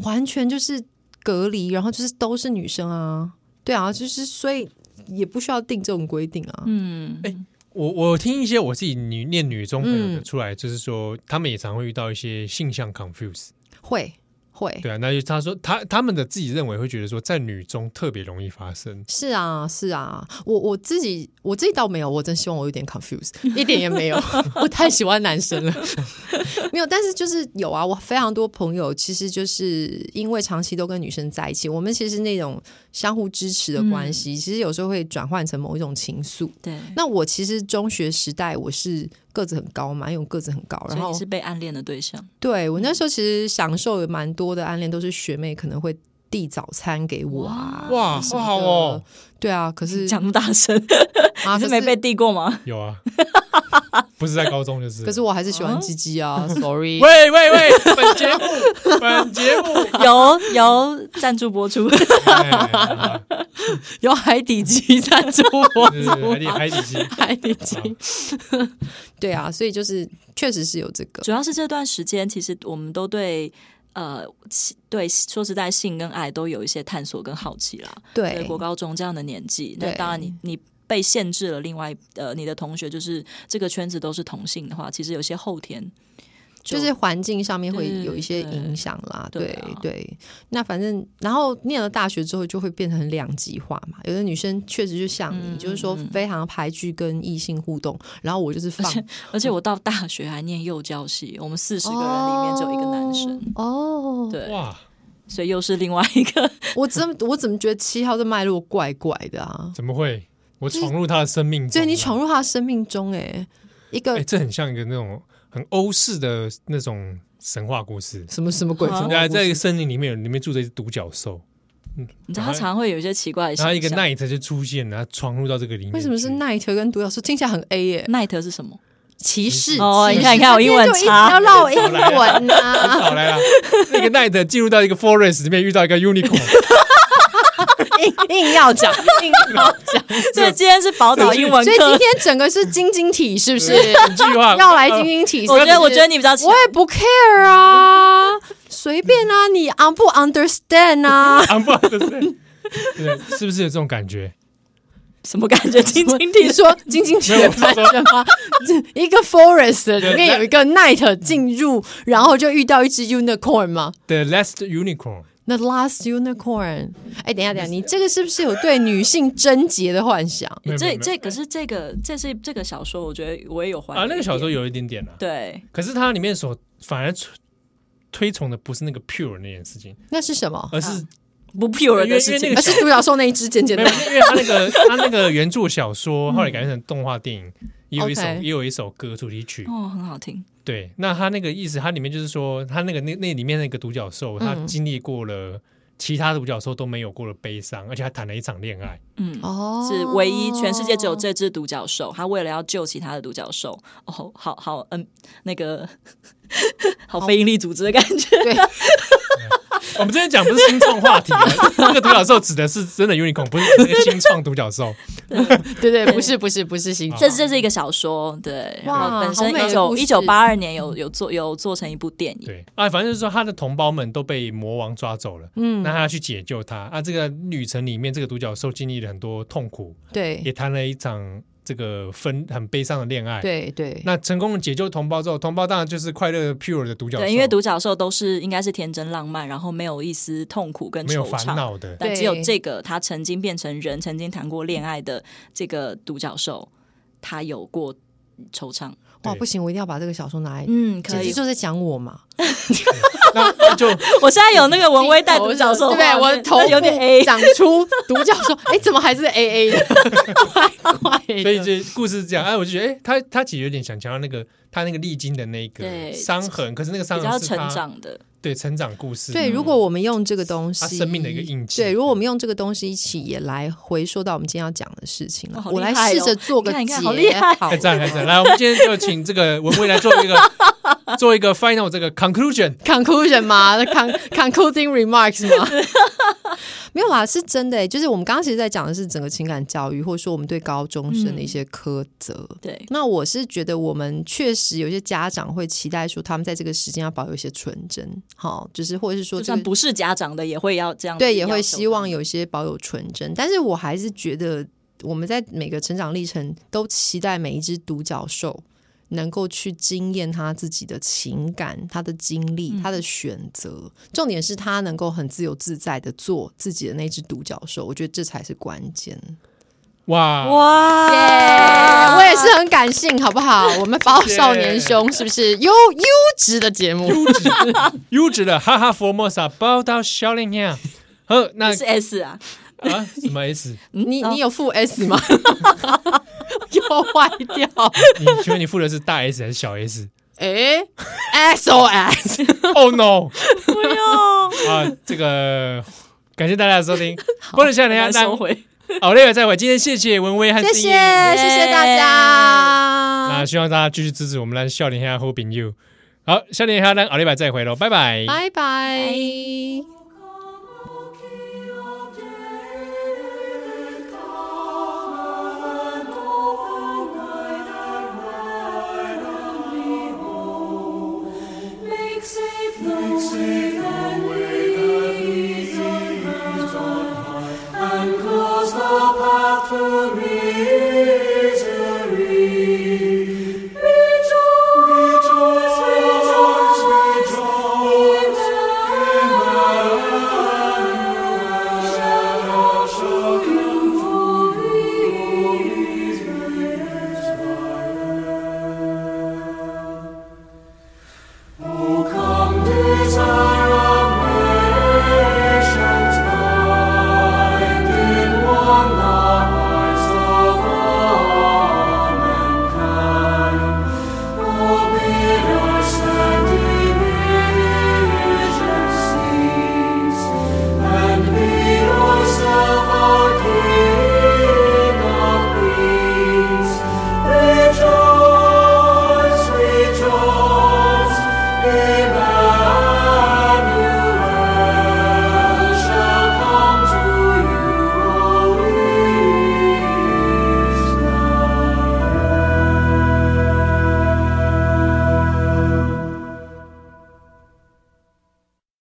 [SPEAKER 4] 完全就是隔离，然后就是都是女生啊，对啊，就是所以也不需要定这种规定啊。
[SPEAKER 3] 嗯，
[SPEAKER 1] 哎我我听一些我自己女念女中朋友的
[SPEAKER 4] 嗯
[SPEAKER 1] 出来，就是说他们也常会遇到一些性向 confuse，
[SPEAKER 4] 会会，
[SPEAKER 1] 对啊，那就他说他他们的自己认为会觉得说在女中特别容易发生，
[SPEAKER 4] 是啊是啊，我我自己我自己倒没有，我真希望我有点 confuse，一点也没有， 我太喜欢男生了， 没有，但是就是有啊，我非常多朋友其实就是因为长期都跟女生在一起，我们其实那种相互支持的关
[SPEAKER 3] 嗯
[SPEAKER 4] 系，其实有时候会转换成某一种情愫。
[SPEAKER 3] 对。
[SPEAKER 4] 那我其实中学时代我是个子很高嘛，因为我个子很高，然
[SPEAKER 3] 所以
[SPEAKER 4] 后
[SPEAKER 3] 你是嗯被暗恋的对象，
[SPEAKER 4] 对我那时候其实享受有蛮多的暗恋，都是学妹可能会递早餐给我啊，
[SPEAKER 1] 哇，
[SPEAKER 4] 什么
[SPEAKER 1] 好
[SPEAKER 4] 的
[SPEAKER 1] 好哦，，
[SPEAKER 4] 对啊，可是
[SPEAKER 3] 讲那么大声，
[SPEAKER 4] 啊，
[SPEAKER 3] 你
[SPEAKER 4] 可
[SPEAKER 3] 是没被递 过吗？
[SPEAKER 1] 有啊，不是在高中就是，
[SPEAKER 4] 可是我还是喜欢鸡鸡 啊，sorry，
[SPEAKER 1] 喂喂喂，本节目本节目，
[SPEAKER 3] 有有赞助播出，
[SPEAKER 1] 哎啊
[SPEAKER 4] 有海底鸡赞 助我
[SPEAKER 1] 哎是海底海底鸡，
[SPEAKER 4] 海底鸡，对啊，所以就是确实是有这个，
[SPEAKER 3] 主要是这段时间，其实我们都对呃其对说实在性跟爱都有一些探索跟好奇啦。对
[SPEAKER 4] 对
[SPEAKER 3] 国高中这样的年纪，那
[SPEAKER 4] 对
[SPEAKER 3] 当然你你被限制了。另外，呃，你的同学就是这个圈子都是同性的话，其实有些后天
[SPEAKER 4] 就是环境上面会
[SPEAKER 3] 对
[SPEAKER 4] 有一些影响啦，
[SPEAKER 3] 对
[SPEAKER 4] 对
[SPEAKER 3] 对啊
[SPEAKER 4] 对。那反正，然后念了大学之后，就会变成两极化嘛。有的女生确实就像你，就是说非常排拒跟异性互动，然后我就是放
[SPEAKER 3] 嗯而且我到大学还念幼教系，我们四十个人里面只有一个男生，
[SPEAKER 4] 哦。
[SPEAKER 3] 对，
[SPEAKER 1] 哇，
[SPEAKER 3] 所以又是另外一个。
[SPEAKER 4] 我怎么我怎么觉得七号的脉络怪怪的 啊？
[SPEAKER 1] 怎么会？我闯入他的生命中
[SPEAKER 4] 对
[SPEAKER 1] 了，
[SPEAKER 4] 你闯入他生命中、哎，一个、
[SPEAKER 1] 哎、这很像一个那种很欧式的那种神话故事。
[SPEAKER 4] 什么什么鬼？
[SPEAKER 3] 啊
[SPEAKER 4] 什么
[SPEAKER 1] 对啊，在一个森林里面，里面住着一只独角兽，
[SPEAKER 3] 你知道，他常会有一些奇怪的
[SPEAKER 1] 嗯
[SPEAKER 3] 现
[SPEAKER 1] 然
[SPEAKER 3] 象。
[SPEAKER 1] 后一个 night 就出现，然后闯入到这个里面去。
[SPEAKER 4] 哎为什么是 night 跟独角兽？听起来很 A 耶、
[SPEAKER 3] night 是 什么？
[SPEAKER 4] 歧视
[SPEAKER 3] 哦
[SPEAKER 4] 歧视
[SPEAKER 3] 你看你看我英文
[SPEAKER 4] 他今天就一直
[SPEAKER 3] 差
[SPEAKER 4] 要绕英文 啊！
[SPEAKER 1] 好来了，那个 night 进入到一个 forest 里面，遇到一个 unicorn，
[SPEAKER 4] 硬硬要讲， 硬要讲。
[SPEAKER 3] 所以今天是宝岛英文
[SPEAKER 4] 所以今
[SPEAKER 3] 课。
[SPEAKER 4] 天整个是晶晶体，是不是？
[SPEAKER 1] 一句话 呃
[SPEAKER 4] 要来晶晶体，
[SPEAKER 3] 我觉
[SPEAKER 4] 是
[SPEAKER 3] 得，
[SPEAKER 4] 不
[SPEAKER 3] 我
[SPEAKER 4] 是
[SPEAKER 3] 觉得你比较强
[SPEAKER 4] 我。也不 care 啊，随便啊，你 un 不 understand 啊？
[SPEAKER 1] 啊，不好意思，对，是不是有这种感觉？
[SPEAKER 3] 什么感觉？晶晶
[SPEAKER 4] 你
[SPEAKER 3] 体
[SPEAKER 4] 说晶晶体的版本吗？这一个 forest 里面有一个 night 进入，然后就遇到一只 unicorn 吗
[SPEAKER 1] The last unicorn，
[SPEAKER 4] ？The last unicorn。哎，等一下，等一下，你这个是不是有对女性贞洁的幻想？
[SPEAKER 1] 没有没有没
[SPEAKER 3] 这
[SPEAKER 1] 有
[SPEAKER 3] 这可是这个这是这个小说，我觉得我也有怀疑
[SPEAKER 1] 啊，那个小说
[SPEAKER 3] 一点
[SPEAKER 1] 有一点点啊，
[SPEAKER 3] 对
[SPEAKER 1] 可是它里面所反而推推崇的不是那个 pure 那件事情，
[SPEAKER 4] 那是什么？
[SPEAKER 1] 而是
[SPEAKER 3] 不 pure
[SPEAKER 1] 因为
[SPEAKER 3] 的事
[SPEAKER 1] 因为
[SPEAKER 3] 情
[SPEAKER 1] 那
[SPEAKER 4] 而
[SPEAKER 1] 个
[SPEAKER 4] 是独角兽那一只，简简
[SPEAKER 1] 没
[SPEAKER 4] 单
[SPEAKER 1] 有，因
[SPEAKER 4] 单。
[SPEAKER 1] 为他那个他那个原著小说后来改编成动画电 影，也有一首
[SPEAKER 4] OK
[SPEAKER 1] 也有一首歌主题曲。
[SPEAKER 3] 哦，很好听。
[SPEAKER 1] 对，那他那个意思，他里面就是说，他那个那那里面那个独角兽，他
[SPEAKER 3] 嗯
[SPEAKER 1] 经历过了其他独角兽都没有过的悲伤，而且还谈了一场恋爱。
[SPEAKER 3] 嗯，
[SPEAKER 4] 哦
[SPEAKER 3] 是唯一全世界只有这只独角兽，它为了要救其他的独角兽，哦，好好，嗯，那个 好非营利组织的感 觉，
[SPEAKER 4] 对，
[SPEAKER 1] 我们之前讲不是新创话题，啊那个独角兽指的是真的 unicorn，不是指那个新创独角兽。
[SPEAKER 4] 对对，不是不是不是星座
[SPEAKER 3] 这这是一个小说，哦对，
[SPEAKER 4] 哇
[SPEAKER 3] 然后本
[SPEAKER 4] 好美
[SPEAKER 3] 身
[SPEAKER 4] 的
[SPEAKER 3] 一九
[SPEAKER 4] 故事
[SPEAKER 3] 一九八二年有有做有做成一部电影，
[SPEAKER 1] 对啊，反正就是说他的同胞们都被魔王抓走了，嗯，那他要去解救他啊。这个旅程里面，这个独角兽经历了很多痛苦，也
[SPEAKER 4] 对
[SPEAKER 1] 谈了一场这个分很悲伤的恋爱。
[SPEAKER 4] 对对，
[SPEAKER 1] 那成功地解救同胞之后，同胞当然就是快乐的 pure 的独角兽，
[SPEAKER 3] 对，因为独角兽都是应该是天真浪漫，然后没有一丝痛苦跟
[SPEAKER 1] 没有
[SPEAKER 3] 惆
[SPEAKER 1] 烦
[SPEAKER 3] 怅。
[SPEAKER 1] 恼的。
[SPEAKER 3] 但
[SPEAKER 4] 对
[SPEAKER 3] 只有这个，他曾经变成人，曾经谈过恋爱的这个独角兽，他有过惆怅。
[SPEAKER 4] 哇，
[SPEAKER 1] 对
[SPEAKER 4] 不行，我一定要把这个小说拿来，
[SPEAKER 3] 嗯，
[SPEAKER 4] 简
[SPEAKER 3] 可
[SPEAKER 4] 直
[SPEAKER 3] 以。
[SPEAKER 4] 就是在讲我嘛。
[SPEAKER 1] 那 那就
[SPEAKER 3] 我现在有那个文威带独角兽
[SPEAKER 4] 对不
[SPEAKER 3] 画
[SPEAKER 4] 对？
[SPEAKER 3] 面，
[SPEAKER 4] 我的头
[SPEAKER 3] 但有点
[SPEAKER 4] 部
[SPEAKER 3] A，
[SPEAKER 4] 长出独角兽，哎，怎么还是 A A 的？怪怪的
[SPEAKER 1] 所以这故事是这样，哎、我就觉得，哎、他他其实有点想强调那个他那个历经的那个
[SPEAKER 3] 对
[SPEAKER 1] 伤痕，可是那个伤
[SPEAKER 3] 比较
[SPEAKER 1] 痕是
[SPEAKER 3] 成
[SPEAKER 1] 他
[SPEAKER 3] 长的，
[SPEAKER 1] 对成长故事，嗯
[SPEAKER 4] 对，如果我们用这个东
[SPEAKER 1] 他
[SPEAKER 4] 西，
[SPEAKER 1] 生命的一个印记，
[SPEAKER 4] 对，如果我们用这个东西一起也来回说到我们今天要讲的事情了
[SPEAKER 3] 哇，好
[SPEAKER 4] 我
[SPEAKER 3] 厉
[SPEAKER 4] 来
[SPEAKER 3] 害
[SPEAKER 4] 试
[SPEAKER 3] 哦
[SPEAKER 4] 着做个
[SPEAKER 3] 你看你看好厉
[SPEAKER 4] 结，
[SPEAKER 3] 害
[SPEAKER 4] 好
[SPEAKER 1] 还在还在，来，我们今天就请这个文蔚来做 一个做一个 final 这个 conclusion，
[SPEAKER 4] conclusion 吗？con concluding remarks 吗？ 没有啦，是真的欸、就是我们刚刚其实在讲的是整个情感教育，或者说我们对高中生的一些苛责。
[SPEAKER 3] 对，
[SPEAKER 4] 那我是觉得，我们确实有些家长会期待说，他们在这个时间要保有一些纯真，好，就是或者是说、
[SPEAKER 3] 就
[SPEAKER 4] 这
[SPEAKER 3] 算
[SPEAKER 4] 个，
[SPEAKER 3] 不是家长的也会要这样子要求，
[SPEAKER 4] 对，也会希望哦有一些保有纯真。但是我还是觉得，我们在每个成长历程都期待每一只独角兽能够去经验他自己的情感、他的经历、他的选择。重点是他能够很自由自在的做自己的那只独角兽，我觉得这才是关键。
[SPEAKER 1] 哇
[SPEAKER 3] 哇
[SPEAKER 4] 耶我也是很感性，好不好？我们保少年兄是不是优优质的节目？
[SPEAKER 1] 优质的哈哈佛莫萨报道笑脸呀，呃，那
[SPEAKER 3] 也是 S 啊，
[SPEAKER 1] 啊什么 S？
[SPEAKER 4] 你
[SPEAKER 3] 哦
[SPEAKER 4] 你有负 S 吗？ 又坏掉，
[SPEAKER 1] 你请问你付的是大 S 还是小 S？Oh
[SPEAKER 4] 哎，SOS，
[SPEAKER 1] no！
[SPEAKER 3] 不
[SPEAKER 1] 哎
[SPEAKER 3] 用，
[SPEAKER 1] 啊，这个感谢大家的收听，不能笑脸呀，
[SPEAKER 3] 来收
[SPEAKER 1] 那
[SPEAKER 3] 回，
[SPEAKER 1] 好，另外再会，今天谢谢文威和
[SPEAKER 4] 谢
[SPEAKER 1] 心
[SPEAKER 4] 谢
[SPEAKER 1] 怡
[SPEAKER 4] 谢谢大
[SPEAKER 1] 那
[SPEAKER 4] 家，
[SPEAKER 1] 希望大家继续支持我们的笑脸下好朋友。好，笑脸下让奥利百再回喽，拜拜。
[SPEAKER 4] 拜拜。
[SPEAKER 3] 拜
[SPEAKER 5] Oh,